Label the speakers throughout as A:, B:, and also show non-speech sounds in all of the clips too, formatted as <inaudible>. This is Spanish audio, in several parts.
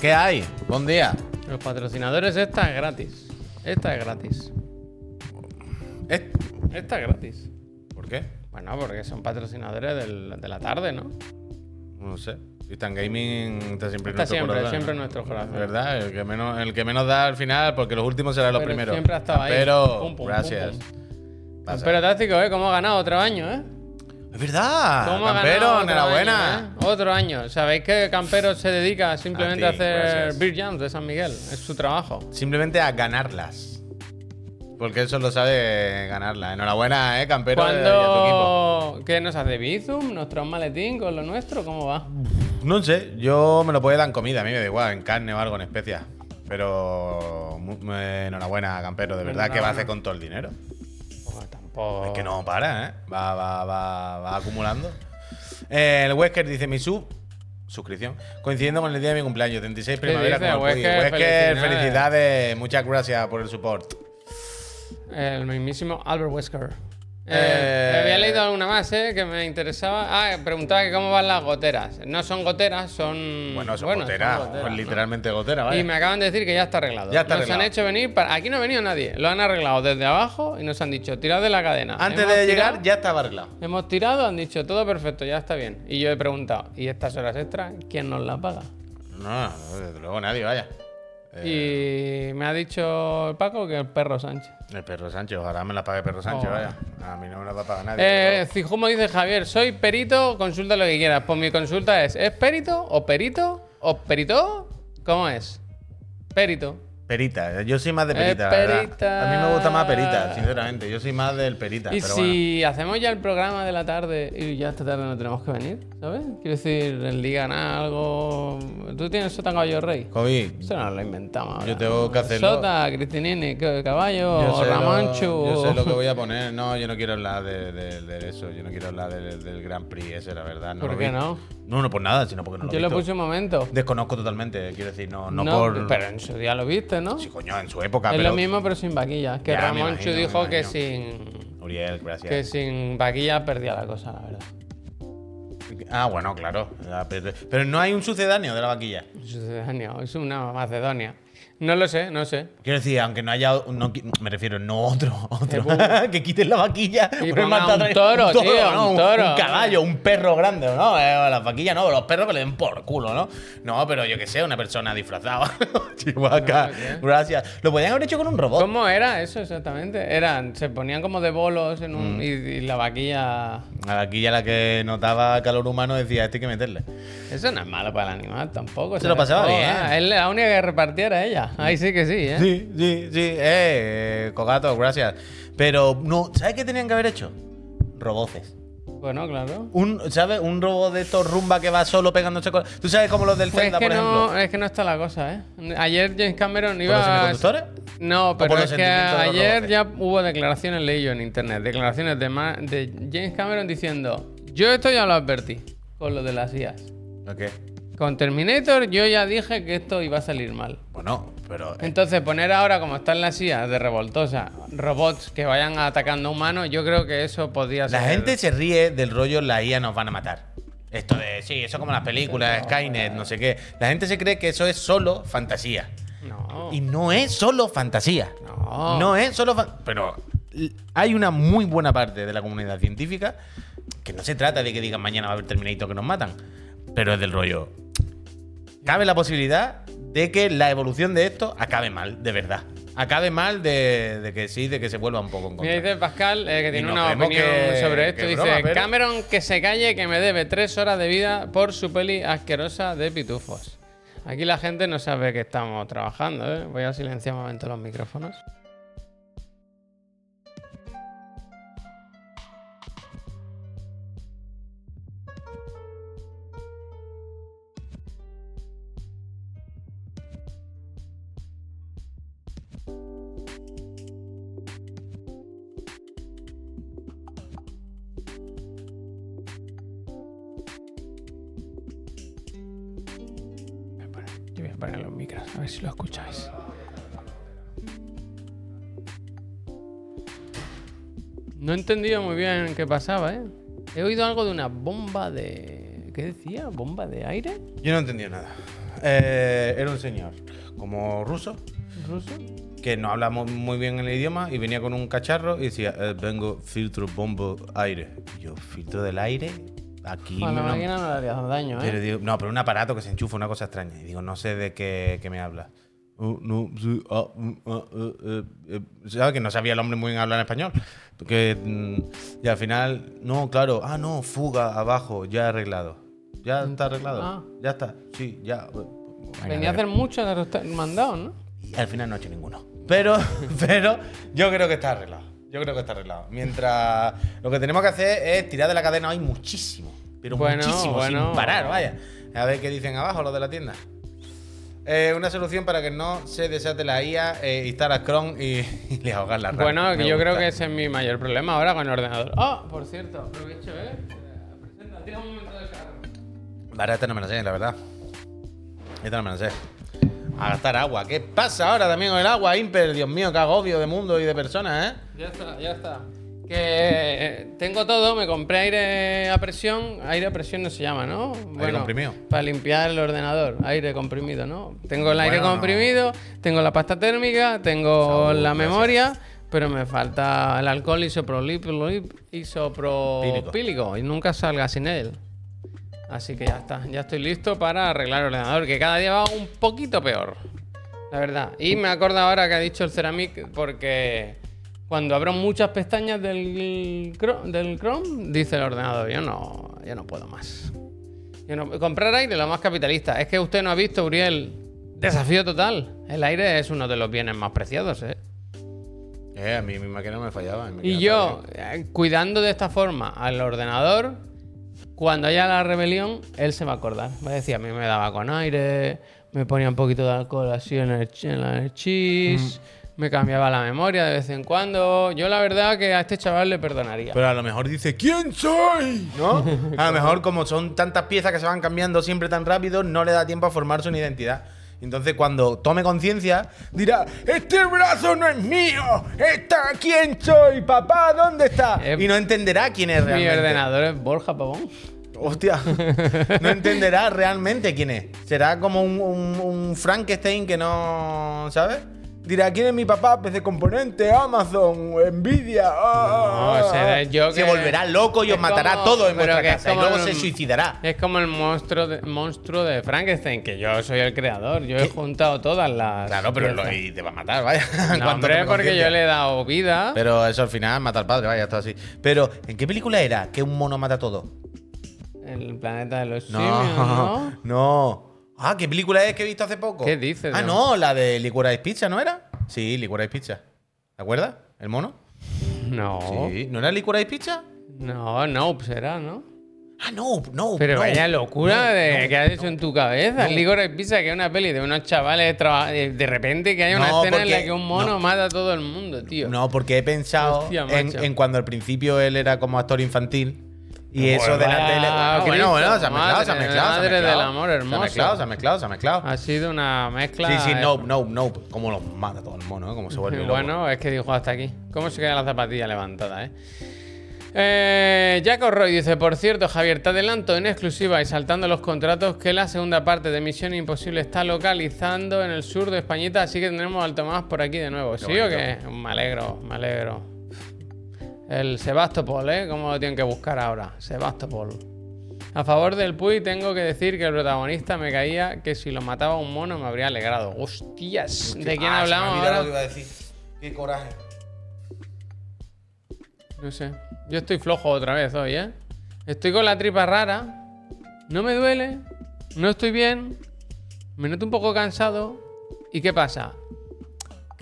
A: ¿Qué hay? Buen día.
B: Los patrocinadores, esta es gratis. Esta es gratis.
A: Eh,
B: Esta es gratis.
A: ¿Por qué?
B: Bueno, porque son patrocinadores del- de la tarde, ¿no?
A: No sé. Instant Gaming está siempre en
B: Está
A: nuestro
B: siempre,
A: corazón,
B: siempre en
A: ¿no?
B: nuestro corazón.
A: ¿Verdad? El que, menos, el que menos da al final, porque los últimos serán los
B: Pero
A: primeros.
B: siempre ha estado ahí.
A: Pero,
B: Pum, pum,
A: gracias.
B: pum,
A: Pasa.
B: Campero táctico, ¿eh? ¿Cómo ha ganado otro año, eh?
A: Es verdad.
B: ¿Cómo ha ganado
A: Ah, Campero,
B: otro
A: enhorabuena.
B: año, eh? Otro año. ¿Sabéis que Campero se dedica simplemente a,
A: A ti,
B: hacer
A: gracias.
B: beer jams de San Miguel? Es su trabajo.
A: Simplemente a ganarlas. Porque eso lo sabe ganarla. Enhorabuena, eh, Campero. y a tu equipo.
B: ¿Cuándo... ¿Qué nos hace? ¿Bizum? ¿Nos trae un maletín con lo nuestro? ¿Cómo va?
A: No sé, yo me lo puedo dar en comida, a mí me da igual, en carne o algo, en especias. Pero mu- eh, enhorabuena, campero, de verdad, ¿qué va a hacer
B: Enhorabuena.
A: con todo el dinero?
B: Pues tampoco...
A: Es que no para, ¿eh? Va, va, va, va acumulando. Eh, el Wesker dice mi sub. Suscripción. Coincidiendo con el día de mi cumpleaños, 36 primavera.
B: dice,
A: como el Pudi.
B: Wesker?
A: Wesker,
B: Felicidades.
A: felicidades. Muchas gracias por el support.
B: El mismísimo Albert Wesker. Eh,
A: Eh,
B: Había leído alguna más, ¿eh? Que me interesaba. Ah, preguntaba que cómo van las goteras. No son goteras, son...
A: Bueno, eso es gotera.
B: son goteras,
A: pues,
B: ¿no?
A: literalmente gotera, ¿vale?
B: Y me acaban de decir que ya está arreglado.
A: Ya está
B: nos
A: arreglado.
B: han hecho venir para... Aquí no ha venido nadie. Lo han arreglado desde abajo y nos han dicho, tirad de la cadena.
A: Antes
B: Hemos
A: de
B: tirado-
A: llegar, ya estaba arreglado.
B: Hemos tirado, han dicho, todo perfecto, ya está bien. Y yo he preguntado, ¿y estas horas extras quién nos las paga?
A: No, no, desde luego nadie, vaya. Eh.
B: Y me ha dicho el Paco que el perro Sánchez.
A: El perro Sánchez, ojalá me la pague perro Sánchez,
B: Oh.
A: vaya. A mí no me la va a pagar nadie.
B: Eh, Cijumo dice Javier, soy perito, consulta lo que quieras. Pues mi consulta es, ¿es perito o perito o perito? ¿Cómo es? Perito.
A: pero- Perita, yo soy más de
B: Eh,
A: perita, la verdad.
B: perita.
A: A mí me gusta más perita, sinceramente. Yo soy más del perita,
B: y
A: pero
B: si hacemos ya el programa de la tarde y ya esta tarde no tenemos que venir, ¿sabes? Quiero decir, en Liga nada, algo... ¿Tú tienes Sota Caballo Rey?
A: bueno. Javi,
B: Eso no lo inventamos ahora.
A: Yo tengo que hacerlo.
B: Sota, Cristinini, C- Caballo,
A: yo sé,
B: Ramanchu...
A: lo, yo sé lo que
B: <laughs>
A: voy a poner. No, yo no quiero hablar de, de- de eso. Yo no quiero hablar del- del Grand Prix ese, la verdad. No
B: ¿Por
A: lo
B: qué
A: vi.
B: no?
A: No, no por nada, sino porque no lo
B: Yo
A: he
B: lo
A: visto.
B: puse un momento.
A: Desconozco totalmente, quiero decir, no, no, por.
B: Pero en su día lo viste, ¿no?
A: Sí, coño, en su época,
B: es
A: Ah, pero.
B: lo mismo, pero sin vaquilla. Que
A: Ya, me
B: Ramón Chu
A: imagino, me
B: dijo que
A: imagino.
B: sin,
A: Uriel, gracias.
B: que sin vaquilla perdía la cosa, la verdad.
A: Ah, bueno, claro. Ah, Pero pero no hay un sucedáneo de la vaquilla.
B: Sucedáneo, Es una Macedonia. No lo sé, no sé.
A: Quiero decir, aunque no haya. No, qui- me refiero, no otro. otro. <laughs> que quiten la vaquilla.
B: Eh, Y
A: por el
B: ponga
A: maltrato-
B: un toro, tío, un toro.
A: un caballo, un perro grande, ¿no? Eh, las vaquillas no, los perros que le den por culo, ¿no? No, pero yo que sé, una persona disfrazada. <laughs> Chihuahua, gracias. Lo podían haber hecho con un robot.
B: Ah, ¿Cómo era eso exactamente? Eran, se ponían como de bolos en
A: Mm.
B: un, y, y la vaquilla.
A: La vaquilla, la que notaba calor humano, decía, este hay que meterle.
B: Eso no es malo para el animal tampoco.
A: Se lo pasaba bien. Mm.
B: Es la única que repartía era ella. Ahí sí que sí, ¿eh?
A: Sí, sí, sí. Eh, eh, Cogato, gracias. Pero, no, ¿sabes qué tenían que haber hecho? Roboces.
B: Bueno, claro.
A: Un, ¿Sabes? Un robot de estos rumba que va solo pegándose con. ¿Tú sabes como los del
B: Pues
A: Zelda,
B: es, que
A: por ejemplo?
B: no, es que no está la cosa, ¿eh? Ayer James Cameron
A: ¿Con los
B: iba.
A: semiconductores?
B: No, pero
A: por los
B: es que
A: sentimientos de los
B: ayer
A: robots.
B: ya hubo declaraciones, leí yo en internet, declaraciones de, Ma- de James Cameron diciendo: Yo esto ya lo advertí con lo de las IAS.
A: Ok.
B: Con Terminator yo ya dije que esto iba a salir mal.
A: Bueno, pero. eh,
B: Entonces, poner ahora como están las IAS de revoltosa, robots que vayan atacando humanos, yo creo que eso podría ser.
A: la gente se ríe del rollo la IA nos van a matar. Esto de, sí, eso como las películas, Skynet, no sé qué. La gente se cree que eso es solo fantasía.
B: No.
A: Y no es solo fantasía.
B: Oh. No.
A: No es solo fan- Pero l- hay una muy buena parte de la comunidad científica que no se trata de que digan mañana va a haber Terminator que nos matan. Pero es del rollo. Cabe la posibilidad de que la evolución de esto acabe mal, de verdad. Acabe mal de, de que sí, de que se vuelva un poco en
B: Mira,
A: contra.
B: dice Pascal eh, que tiene
A: nos
B: una
A: creemos
B: opinión
A: que-
B: sobre esto.
A: que
B: Dice,
A: broma, pero-
B: Cameron que se calle que me debe tres horas de vida por su peli asquerosa de pitufos. Aquí la gente no sabe que estamos trabajando, ¿eh? Voy a silenciar un momento los micrófonos. Voy a parar- Yo voy a poner los micros, a ver si lo escucháis. No he entendido muy bien qué pasaba, ¿eh? He oído algo de una bomba de... ¿Qué decía? ¿Bomba de aire?
A: Yo no he entendido nada. Eh, era un señor, como ruso,
B: ¿Ruso?
A: que no habla mu- muy bien el idioma y venía con un cacharro y decía, eh, vengo filtro bombo aire. Y yo, filtro del aire, aquí
B: A la
A: no-
B: máquina no le harías daño,
A: Pero
B: ¿eh?
A: digo, no, pero un aparato que se enchufa, una cosa extraña. Y digo, no sé de qué, qué me habla. Uh, no, sí, ah, mm, ah, eh, eh, eh. ¿Sabes? Que no sabía el hombre muy bien hablar en español. Porque, mm, y al final, no, claro, ah, no, fuga abajo, ya arreglado. Ya está arreglado.
B: Ah.
A: Ya está, sí, ya.
B: Venía a hacer mucho de los mandados, ¿no?
A: Y al final no he hecho ninguno. Pero, <laughs> pero yo creo que está arreglado. Yo creo que está arreglado. Mientras lo que tenemos que hacer es tirar de la cadena hoy muchísimo. Pero
B: Bueno,
A: muchísimo,
B: bueno.
A: sin parar, vaya. A ver qué dicen abajo los de la tienda. Eh, una solución para que no se desate la IA, eh, instalar a Chrome y, <laughs> y le ahogar la rata.
B: Bueno,
A: Me
B: yo creo
A: gusta.
B: que ese es mi mayor problema ahora con el ordenador. Ah, por cierto, aprovecho, ¿eh? Eh, Presenta, tira un momento de cargo.
A: Vale, esta no me la sé, la verdad. Esta no me la sé. A gastar agua. ¿Qué pasa ahora también con el agua, Imper? Dios mío, qué agobio de mundo y de personas, ¿eh?
B: Ya está, ya está. Que eh, tengo todo, me compré aire a presión. Aire a presión no se llama, ¿no?
A: comprimido.
B: Para limpiar el ordenador, aire comprimido, ¿no? Tengo el aire
A: Bueno, no.
B: comprimido, tengo la pasta térmica, tengo
A: Salud,
B: la
A: gracias.
B: memoria, pero me falta el alcohol isopropílico, isopropílico y nunca salga sin él. Así que ya está, ya estoy listo para arreglar el ordenador, que cada día va un poquito peor. La verdad. Y me acuerdo ahora que ha dicho el Ceramic, porque cuando abro muchas pestañas del, Chrome- del Chrome, dice el ordenador, yo no, yo no puedo más. Yo no- comprar aire, lo más capitalista. Es que usted no ha visto, Uriel, desafío total. El aire es uno de los bienes más preciados, ¿eh?
A: Eh, a mí mi máquina me fallaba. mi
B: Y
A: máquina
B: yo, eh, cuidando de esta forma al ordenador, cuando haya la rebelión, él se va a acordar. Va a decir, a mí me daba con aire, me ponía un poquito de alcohol así en el, chi- en la- en el cheese, me cambiaba la memoria de vez en cuando. Yo la verdad que a este chaval le perdonaría.
A: Pero a lo mejor dice, ¿quién soy? ¿No? <laughs> A lo mejor, como son tantas piezas que se van cambiando siempre tan rápido, no le da tiempo a formarse una identidad. Entonces, cuando tome conciencia, dirá, este brazo no es mío, está quién soy, papá, ¿dónde está?
B: Eh,
A: y no entenderá quién es
B: Mi
A: realmente.
B: ordenador es Borja Pavón. <laughs>
A: Hostia, no entenderá realmente quién es. Será como un, un- un Frankenstein que no, ¿sabes? Dirá, ¿quién es mi papá? PC Componente, Amazon, Nvidia. ah,
B: No,
A: ah,
B: ese
A: ah".
B: es yo
A: se
B: que-
A: volverá loco y os
B: es
A: matará
B: como-
A: a todos en
B: pero
A: vuestra
B: que es
A: casa. Y
B: como
A: luego
B: el-
A: se suicidará.
B: Es como el monstruo de, monstruo de Frankenstein, que yo soy el creador. Yo he juntado todas las.
A: Claro, pero lo-
B: piezas.
A: y te va a matar, vaya. <laughs> en
B: No,
A: cuanto
B: hombre,
A: tome
B: porque yo
A: conciencia.
B: le he dado vida.
A: Pero eso al final mata al padre, vaya, todo así. Pero, ¿en qué película era que un mono mata a todo?
B: El planeta de los simios,
A: No,
B: ¿no?
A: <laughs> no. Ah, ¿qué película es que he visto hace poco?
B: ¿Qué dices,
A: Ah,
B: Dios?
A: no, la de Licorice Pizza, ¿no era? Sí, Licorice Pizza. ¿Te acuerdas? ¿El mono?
B: No.
A: Sí. ¿No era Licorice Pizza?
B: No, no, será, ¿no?
A: Ah, no, no.
B: Pero
A: no.
B: vaya locura
A: No,
B: de
A: no,
B: que has hecho en tu cabeza.
A: no.
B: Ligor y Pizza, que es una peli de unos chavales traba- de de repente que hay una
A: No,
B: escena en la
A: porque-
B: que un mono
A: no.
B: mata a todo el mundo, tío.
A: No, porque he pensado
B: Hostia, macho.
A: en, en cuando al principio él era como actor infantil. Y
B: Bueno,
A: eso de la tele. Ah, bueno,
B: Cristo,
A: bueno, se ha mezclado, se ha
B: madre,
A: mezclado. se ha
B: madre del
A: mezclado.
B: amor
A: Se ha
B: hermoso. Ah,
A: mezclado, se ha mezclado, se ha mezclado.
B: Ha sido una mezcla.
A: Sí, sí,
B: eh,
A: no, no, no. Cómo los mata todo el mono, ¿eh? Cómo se vuelve loco.
B: <laughs> Bueno, es que dijo hasta aquí. ¿Cómo se queda la zapatilla levantada, eh? Eh, Jaco Roy dice, por cierto, Javier, te adelanto en exclusiva y saltando los contratos que la segunda parte de Misión Imposible está localizando en el sur de Españita, así que tendremos al Tomás por aquí de nuevo. ¿Sí o
A: bonito.
B: qué? Me alegro, me alegro. El Sebastopol, ¿eh? ¿Cómo lo tienen que buscar ahora? Sebastopol. A favor del Puy tengo que decir que el protagonista me caía que si lo mataba un mono me habría alegrado. ¡Hostias! ¿De quién
A: Ah, se me ha
B: hablamos
A: olvidado
B: ahora?
A: lo que iba a decir. Qué coraje.
B: No sé. Yo estoy flojo otra vez hoy, ¿eh? Estoy con la tripa rara. No me duele. No estoy bien. Me noto un poco cansado. ¿Y qué pasa?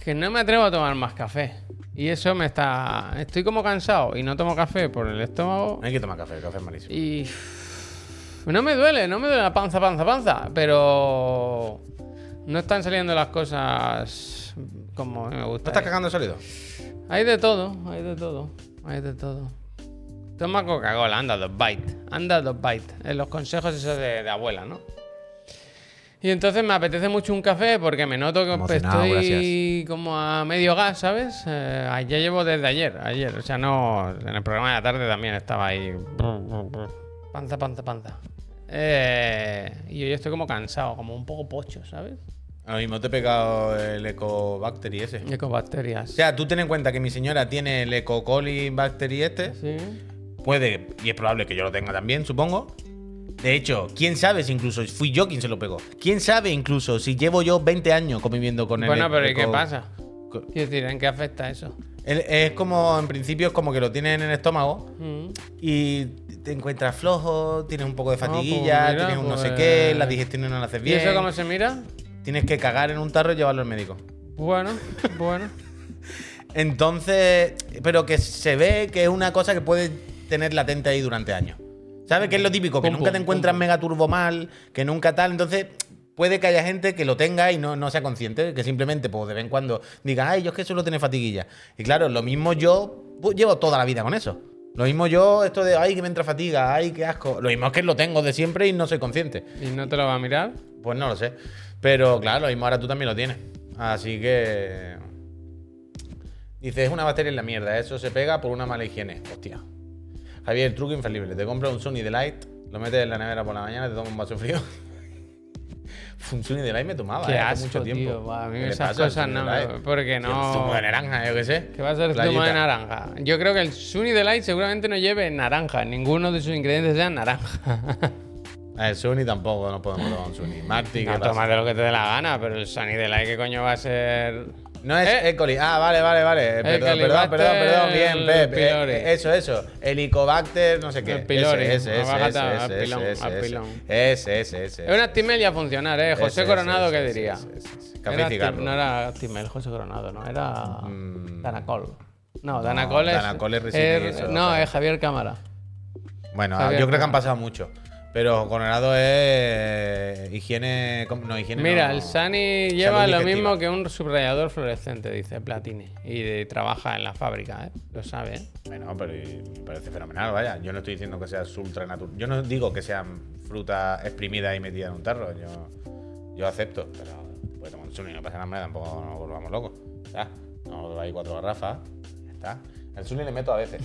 B: Que no me atrevo a tomar más café. Y eso me está... Estoy como cansado y no tomo café por el estómago.
A: No hay que tomar café, el café es malísimo.
B: Y. No me duele, no me duele la panza, panza, panza. Pero. No están saliendo las cosas como me
A: ¿No
B: gusta.
A: estás cagando sólido?
B: Hay de todo, hay de todo, hay de todo. Toma Coca-Cola, anda dos bites, anda dos bites. Eh, los consejos esos de, de abuela, ¿no? Y entonces me apetece mucho un café porque me noto que pues
A: Emocionado,
B: estoy como a medio gas, ¿sabes? Eh, ah, ya llevo desde ayer, ayer. O sea, no. En el programa de la tarde también estaba ahí. Panza, panza, panza. Eh, y yo estoy como cansado, como un poco pocho, ¿sabes?
A: Ahora mismo te he pegado el Ecobacter y ese. O
B: Ecobacterias.
A: sea, tú ten en cuenta que mi señora tiene el Ecocoli Bacter y este.
B: Sí.
A: Puede, y es probable que yo lo tenga también, supongo. De hecho, quién sabe si incluso fui yo quien se lo pegó. Quién sabe incluso si llevo yo 20 años conviviendo con él.
B: Bueno, pero ¿y qué pasa? Quiero decir, ¿en qué afecta eso?
A: es como, en principio, es como que lo tiene en el estómago
B: Mm.
A: y te encuentras flojo, tienes un poco de
B: pues
A: fatiguilla,
B: mira,
A: tienes un no sé
B: pues-
A: qué, la digestión no la haces
B: ¿Y
A: bien.
B: eso cómo se mira?
A: Tienes que cagar en un tarro y llevarlo al médico.
B: Bueno, bueno.
A: Entonces, pero que se ve que es una cosa que puedes tener latente ahí durante años. ¿Sabes qué es lo típico? Que
B: Pum,
A: nunca
B: pum,
A: te
B: pum,
A: encuentras
B: pum.
A: mega turbo mal, que nunca tal. Entonces, puede que haya gente que lo tenga y no, no sea consciente, que simplemente pues, de vez en cuando diga, ay, yo es que solo tiene fatiguilla. Y claro, lo mismo yo pues, llevo toda la vida con eso. Lo mismo yo, esto de, ay, que me entra fatiga, ay, qué asco. Lo mismo es que lo tengo de siempre y no soy consciente.
B: ¿Y no te lo va a mirar?
A: Pues no lo sé. Pero claro, lo mismo ahora tú también lo tienes. Así que. Dice, es una bacteria en la mierda. Eso se pega por una mala higiene. Hostia. Javier, truco infalible. Te compras un Sony Delight, lo metes en la nevera por la mañana, te tomas un vaso frío. <laughs> un Sony Delight me tomaba
B: Qué
A: eh, hace
B: asco,
A: mucho tiempo.
B: tío. Va, a mí
A: ¿Qué le
B: esas
A: pasa al
B: cosas
A: Sony
B: no,
A: Delight?
B: porque
A: Si el
B: no.
A: Zumo de naranja, yo qué sé.
B: ¿Qué va a ser el zumo
A: Playita.
B: de naranja? Yo creo que el Suni de Light seguramente no lleve naranja. Ninguno de sus ingredientes sea
A: <laughs>
B: naranja.
A: Ah, El Sony tampoco, no podemos tomar un Sony. Marty, ¿qué
B: No,
A: pasa?
B: tomas de lo que te dé la gana, pero el Suni de Light, ¿qué coño va a ser?
A: No es
B: Eh.
A: E. coli. Ah, vale, vale, vale. Eh, Perdón, perdón,
B: Helicobacter
A: perdón, perdón. Bien, Pep. Eh,
B: pylori.
A: eh, eso, eso. Helicobacter, no sé qué.
B: El pylori.
A: Ese, ese, ese,
B: Abacate,
A: ese,
B: al
A: ese,
B: pilón,
A: ese,
B: al
A: ese.
B: pilón.
A: Ese, ese, ese.
B: Es una actimelia funcional, ¿eh?
A: Ese,
B: José
A: ese,
B: Coronado,
A: ese,
B: ¿qué
A: ese,
B: diría?
A: ese, ese, ese.
B: Era
A: Café y
B: acti-
A: cigarro.
B: No era actimel, José Coronado, no, era
A: Mm.
B: Danacol. No, Danacol es.
A: Danacol es resina y
B: es-
A: eso,
B: no,
A: claro.
B: es Javier Cámara.
A: Bueno,
B: Javier,
A: yo creo que han
B: no.
A: pasado mucho. Pero Coronado es. Higiene. com- No, higiene.
B: Mira,
A: no.
B: el Sani lleva lo
A: digestiva.
B: mismo que un subrayador fluorescente, dice Platini. Y de- trabaja en la fábrica, ¿eh? Lo sabe, ¿eh? <laughs>
A: Bueno, pero y- me parece fenomenal, vaya. Yo no estoy diciendo que sea ultra natural. Yo no digo que sean fruta exprimida y metida en un tarro. Yo, yo acepto, pero puede tomar un Suni, no pasa nada, hombre, tampoco nos volvamos locos. Ya, no hay cuatro garrafas. Ya está. El Suni le meto
B: <laughs>
A: a veces.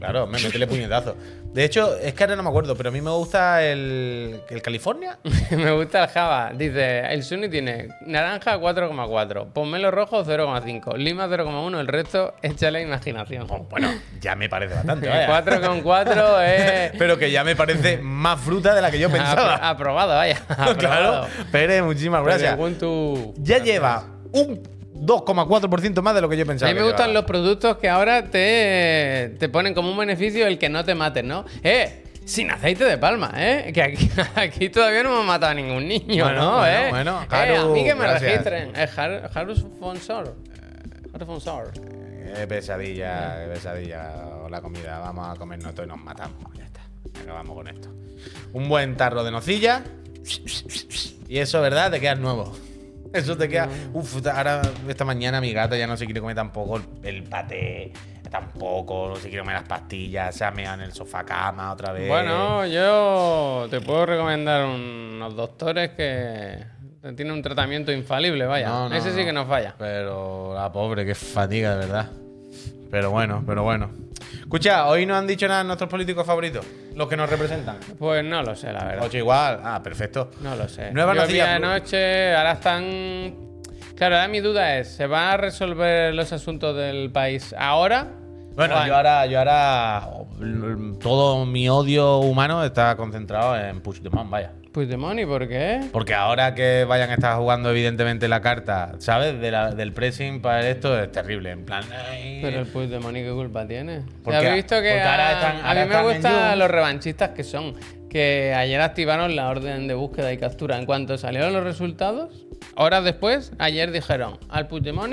A: Claro, me metele puñetazo. De hecho, es que ahora no me acuerdo, pero a mí me gusta el, el
B: <laughs>
A: California.
B: Me gusta el Java. Dice, el Suni tiene naranja 4,4, pomelo rojo 0,5, lima 0,1, el resto echa la imaginación.
A: Pues bueno, ya me parece bastante,
B: El
A: vaya.
B: 4,4 es Ah,
A: Pero que ya me parece más fruta de la que yo
B: apro- <laughs>
A: <laughs> pensaba.
B: aprobado, vaya.
A: <laughs> claro.
B: aprobado. Pues
A: Pérez, muchísimas gracias.
B: Según tu-
A: Ya lleva un 2,4% más de lo que yo
B: A
A: pensaba.
B: mí me
A: que
B: gustan los
A: llevaba.
B: productos que ahora te, te ponen como un beneficio el que no te maten, ¿no? ¡Eh! Sin aceite de palma, ¿eh? Que aquí, <laughs> aquí todavía no hemos matado a ningún niño,
A: Bueno,
B: ¿no?
A: bueno,
B: ¿Eh?
A: bueno,
B: eh, a
A: Haru,
B: mí que me
A: gracias.
B: registren. Eh, Har- Haru Fonsor. Haru Fonsor.
A: Qué Eh, pesadilla, qué pesadilla. o La comida, vamos a comernos todo y nos matamos. Ya está, acabamos con esto. Un buen tarro de nocilla. Y eso, ¿verdad? Te quedas nuevo. Eso te queda.
B: Mm.
A: Uf, ahora esta mañana mi gata ya no se quiere comer tampoco el, el paté. Tampoco, no se quiere comer las pastillas. Se ha meado en el sofá cama otra vez.
B: Bueno, yo te puedo recomendar unos doctores que tienen un tratamiento infalible, vaya.
A: No, no,
B: Ese sí
A: no.
B: que no falla.
A: Pero la pobre, qué fatiga, de verdad. Pero bueno, pero bueno. Escucha, hoy no han dicho nada nuestros políticos favoritos, los que nos representan.
B: Pues no lo sé, la verdad.
A: Ocho igual. Ah, perfecto.
B: No lo sé.
A: Nueva
B: Yo vi
A: Nocilla Plus.
B: anoche, ahora están. Claro, ahora mi duda es: ¿se van a resolver los asuntos del país ahora?
A: Bueno,
B: ¿O an-
A: yo ahora, yo ahora todo mi odio humano está concentrado en Push the Man, vaya.
B: Puigdemont, ¿y por qué?
A: Porque ahora que vayan a estar jugando evidentemente la carta, ¿sabes? De la- del pressing para esto es terrible. En plan, ay,
B: Pero el Puigdemont, ¿y qué culpa tiene?
A: Porque-
B: ¿Habéis visto que
A: porque ahora
B: a-
A: están-
B: a
A: ahora
B: mí me
A: están en
B: gustan
A: Zoom.
B: los revanchistas que son. Que ayer activaron la orden de búsqueda y captura. En cuanto salieron los resultados, horas después, ayer dijeron al Puigdemont,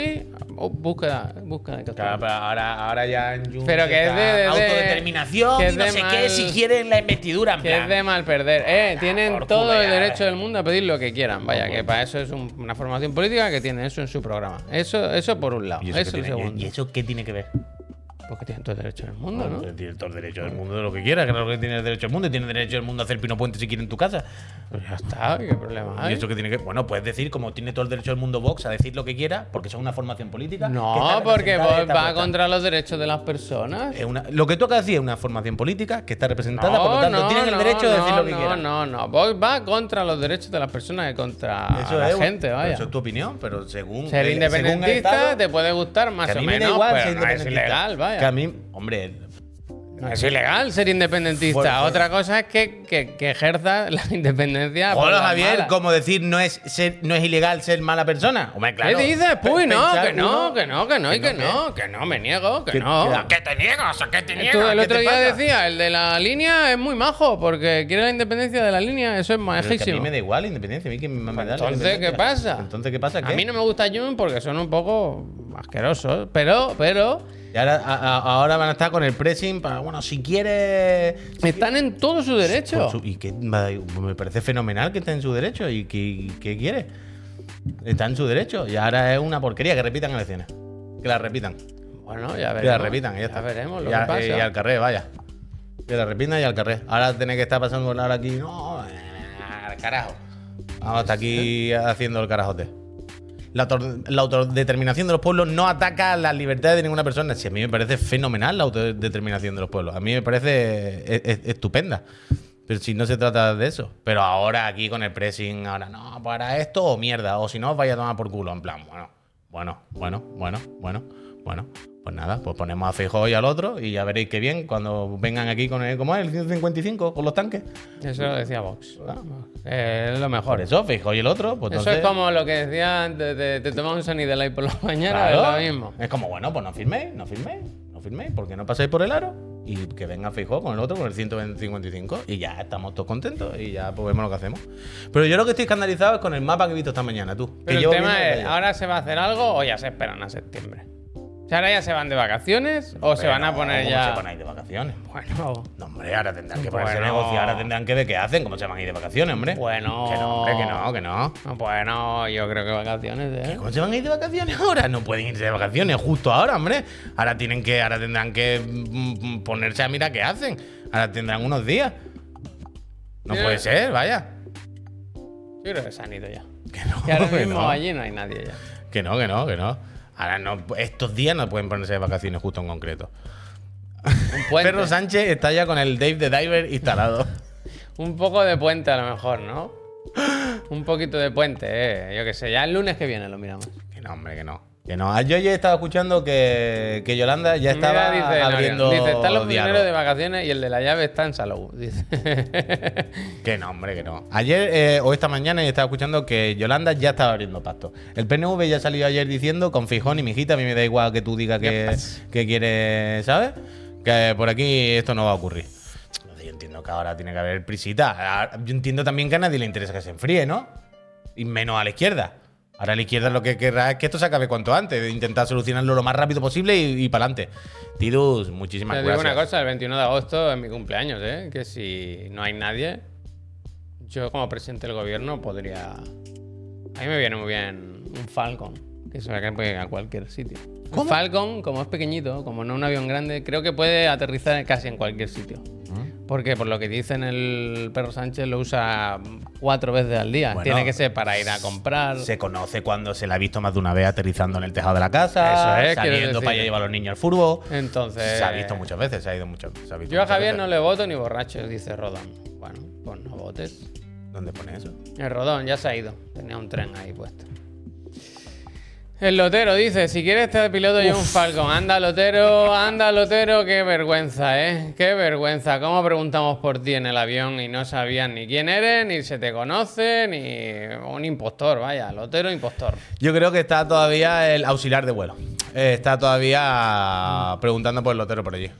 B: oh, búsqueda, búsqueda y captura.
A: Claro, pero ahora, ahora ya en Jun
B: Pero
A: se
B: que es
A: está
B: de- de- de-
A: autodeterminación
B: que es
A: y no
B: de
A: sé
B: mal-
A: qué, si quieren la investidura, en
B: Que es
A: plan.
B: de mal perder. Eh, tienen
A: por
B: todo
A: culo
B: el
A: ya,
B: derecho
A: eh.
B: del mundo a pedir lo que quieran. Vaya, que para eso es un- una formación política que tiene eso en su programa. Eso, eso por un lado.
A: ¿Y
B: Eso,
A: qué tiene-
B: segundo.
A: y eso qué tiene que ver?
B: Porque tienen todo el derecho del mundo, ¿no?
A: Hombre, Tiene todo el derecho del mundo de lo que quiera, claro que tiene el derecho del mundo, y tiene el derecho del mundo a hacer pino puente si quiere en tu casa.
B: Pues ya está, ¿qué problema hay?
A: Y eso que tiene que. Bueno, puedes decir, como tiene todo el derecho del mundo Vox a decir lo que quiera, porque eso es una formación política. <laughs> que está
B: No,
A: representada
B: porque
A: en
B: vos
A: esta
B: va
A: puerta.
B: contra los derechos de las personas.
A: Es una- lo que toca decir es una formación política que está representada, por lo tanto, tienen el derecho de decir lo que
B: no,
A: quieran.
B: No, no, Vox va contra los derechos de las personas y contra
A: Eso
B: la
A: es,
B: gente, vaya.
A: Eso es tu opinión, pero según.
B: Ser
A: el- según el
B: independentista
A: Estado,
B: te puede gustar más
A: que
B: o
A: a mí me da
B: menos,
A: igual
B: pero
A: ser
B: no es
A: independentista.
B: ilegal,
A: Que a
B: vaya.
A: mí, hombre,
B: No es ilegal ser independentista.
A: Bueno, bueno.
B: Otra cosa es que, que, que ejerza la independencia. por
A: Hola
B: las
A: Javier,
B: malas.
A: como decir no es ser, no es ilegal ser mala persona. Hombre, claro.
B: ¿Qué dices? Puy,
A: Pe-
B: no,
A: pensar
B: que no,
A: uno-
B: que no, que no, y que no, que no, me niego, que no.
A: ¿Qué te niegas? ¿Qué te niegas?
B: Tú el
A: ¿Qué
B: otro
A: te
B: día
A: pasa?
B: decía, el de la línea es muy majo, porque quiere la independencia de la línea, eso es
A: Pero es que a mí
B: majísimo.
A: me da igual la independencia, a mí que me, me da la
B: Entonces,
A: independencia.
B: ¿qué pasa?
A: Entonces, ¿qué pasa?
B: A
A: ¿Qué?
B: mí no me gusta Jun porque son un poco asquerosos, pero, pero
A: Y ahora, a- a- ahora van a estar con el pressing para, bueno, si quieres.
B: están en todo su derecho.
A: Por su- y que va- me parece fenomenal que esté en su derecho y que, y que quiere. Está en su derecho y ahora es una porquería que repitan elecciones. Que la repitan.
B: Bueno, ya
A: Que la
B: veremos.
A: repitan y ya eh, está.
B: veremos lo
A: y,
B: que
A: a-
B: pasa.
A: y al carrer, vaya. Que la repitan y al carrer. Ahora tiene que estar pasando ahora aquí. No, eh, al carajo. Vamos, está aquí haciendo el carajote. La, autor- la autodeterminación de los pueblos no ataca las libertades de ninguna persona. Si a mí me parece fenomenal la autodeterminación de los pueblos. A mí me parece e- e- estupenda. Pero si no se trata de eso. Pero ahora aquí con el pressing, ahora no, para esto o mierda. O si no, os vais a tomar por culo. En plan, bueno, bueno, bueno, bueno, bueno, bueno. Pues nada, pues ponemos a Feijóo y al otro y ya veréis qué bien cuando vengan aquí con el, ¿cómo es? El 155 con los tanques.
B: Eso lo decía Vox. Eh, es lo
A: Por
B: mejor.
A: eso, Feijóo y el otro. Pues
B: Eso es
A: entonces-
B: como lo que decía antes, de- te tomas un Sonidelight por la mañana,
A: Claro.
B: es lo mismo.
A: Es como, bueno, pues no firméis, no firméis, no firméis, porque no pasáis por el aro y que venga fijo con el otro, con el 155 y ya estamos todos contentos y ya pues vemos lo que hacemos. Pero yo lo que estoy escandalizado es con el mapa que he visto esta mañana, tú. que
B: Pero
A: llevo
B: el tema
A: viendo
B: es,
A: desde ayer.
B: ¿ahora se va a hacer algo o ya se esperan a septiembre? O sea, ¿ahora ya se van de vacaciones o se
A: Pero
B: van a
A: no,
B: poner
A: ¿cómo
B: ya...?
A: se van a ir de vacaciones?
B: Bueno,
A: No, hombre, ahora tendrán que ponerse a
B: Bueno.
A: negociar, ahora tendrán que ver qué hacen, cómo se van a ir de vacaciones, hombre.
B: Bueno.
A: Que no, hombre, que no, que no.
B: bueno, yo creo que vacaciones, ¿eh?
A: ¿Cómo se van a ir de vacaciones <laughs> ahora? No pueden irse de vacaciones justo ahora, hombre. Ahora tienen que, ahora tendrán que mm, mm, ponerse a mirar qué hacen. Ahora tendrán unos días. No
B: Mira.
A: puede ser, vaya.
B: Yo creo que se han ido ya.
A: <laughs> Que no,
B: Que ahora
A: que,
B: mismo
A: no.
B: allí no hay nadie ya.
A: que no, que no, que no. Ahora no, estos días no pueden ponerse de vacaciones justo en concreto.
B: Un puente.
A: Perro Sánchez está ya con el Dave the Diver
B: <laughs>
A: instalado.
B: Un poco de puente a lo mejor,
A: <gasps>
B: ¿no? Un poquito de puente, eh. Yo qué sé, ya el lunes que viene lo miramos.
A: que no, hombre, que no. Que no. Ah, Yo ya estaba escuchando que, que Yolanda ya estaba
B: Mira, dice,
A: abriendo.
B: dice, están los
A: diálogo".
B: primeros de vacaciones y el de la llave está en Salou. <laughs> Dice.
A: Que no, hombre, que no. Ayer eh, o esta mañana estaba escuchando que Yolanda ya estaba abriendo pacto. El PNV ya salió ayer diciendo con Fijón y mijita, a mí me da igual que tú digas que, que quieres, ¿sabes? Que por aquí esto no va a ocurrir. Entonces, Yo entiendo que ahora tiene que haber prisita. Ahora, Yo entiendo también que a nadie le interesa que se enfríe, ¿no? Y menos a la izquierda. Ahora la izquierda lo que querrá es que esto se acabe cuanto antes, de intentar solucionarlo lo más rápido posible y, para adelante. Tidus, muchísimas
B: Te digo
A: gracias.
B: una cosa, el 21 de agosto es mi cumpleaños, eh. Que si no hay nadie, yo como presidente del gobierno podría. A mí me viene muy bien un Falcon, que se va a caer a cualquier sitio. Un
A: ¿Cómo?
B: Falcon, como es pequeñito, como no es un avión grande, creo que puede aterrizar casi en cualquier sitio.
A: ¿Mm?
B: Porque por lo que dicen el perro Sánchez lo usa cuatro veces al día.
A: Bueno,
B: Tiene que ser para ir a comprar.
A: Se conoce cuando se la ha visto más de una vez aterrizando en el tejado de la casa,
B: Eso es, quiero
A: saliendo
B: decir.
A: para allá llevar a los niños al furbo.
B: Entonces.
A: Se ha visto muchas veces, se ha ido muchas se ha visto
B: Yo a
A: muchas
B: Javier no
A: veces.
B: le voto ni borracho, dice Rodón. Bueno, pues no votes.
A: ¿Dónde pone eso?
B: El Rodón ya se ha ido. Tenía un tren ahí puesto. El Lotero dice, si quieres este piloto yo un Falcon. Anda, Lotero, anda, Lotero, qué vergüenza, ¿eh? Qué vergüenza. ¿Cómo preguntamos por ti en el avión y no sabían ni quién eres, ni se te conoce, ni un impostor, vaya, Lotero impostor.
A: Yo creo que está todavía el auxiliar de vuelo. Eh, está todavía preguntando por el lotero por allí.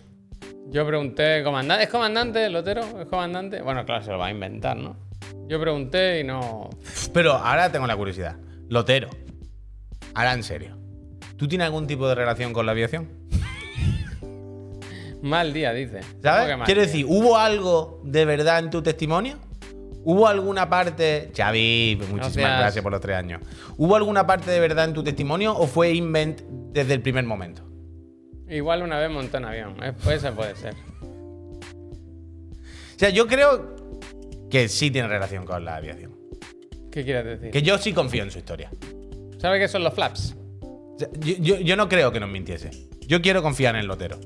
B: Yo pregunté, comandante, ¿es comandante el Lotero? ¿Es comandante? Bueno, claro, se lo va a inventar, ¿no? Yo pregunté y no...
A: Pero ahora tengo la curiosidad. Lotero. Ahora en serio. ¿Tú tienes algún tipo de relación con la aviación?
B: Mal día, dice. ¿Cómo
A: ¿Sabes?
B: que mal
A: Quiero
B: día?
A: decir, ¿hubo algo de verdad en tu testimonio? ¿Hubo alguna parte, Xavi, pues muchísimas
B: Gracias.
A: gracias. por los tres años? ¿Hubo alguna parte de verdad en tu testimonio o fue invent desde el primer momento?
B: Igual una vez montó un avión. eh, Puede ser, puede ser.
A: O sea, yo creo que sí tiene relación con la aviación.
B: ¿Qué quieres decir?
A: Que yo sí confío en su historia.
B: ¿Sabes qué son los flaps?
A: O sea, yo, yo- yo no creo que nos mintiese. Yo quiero confiar en el Lotero.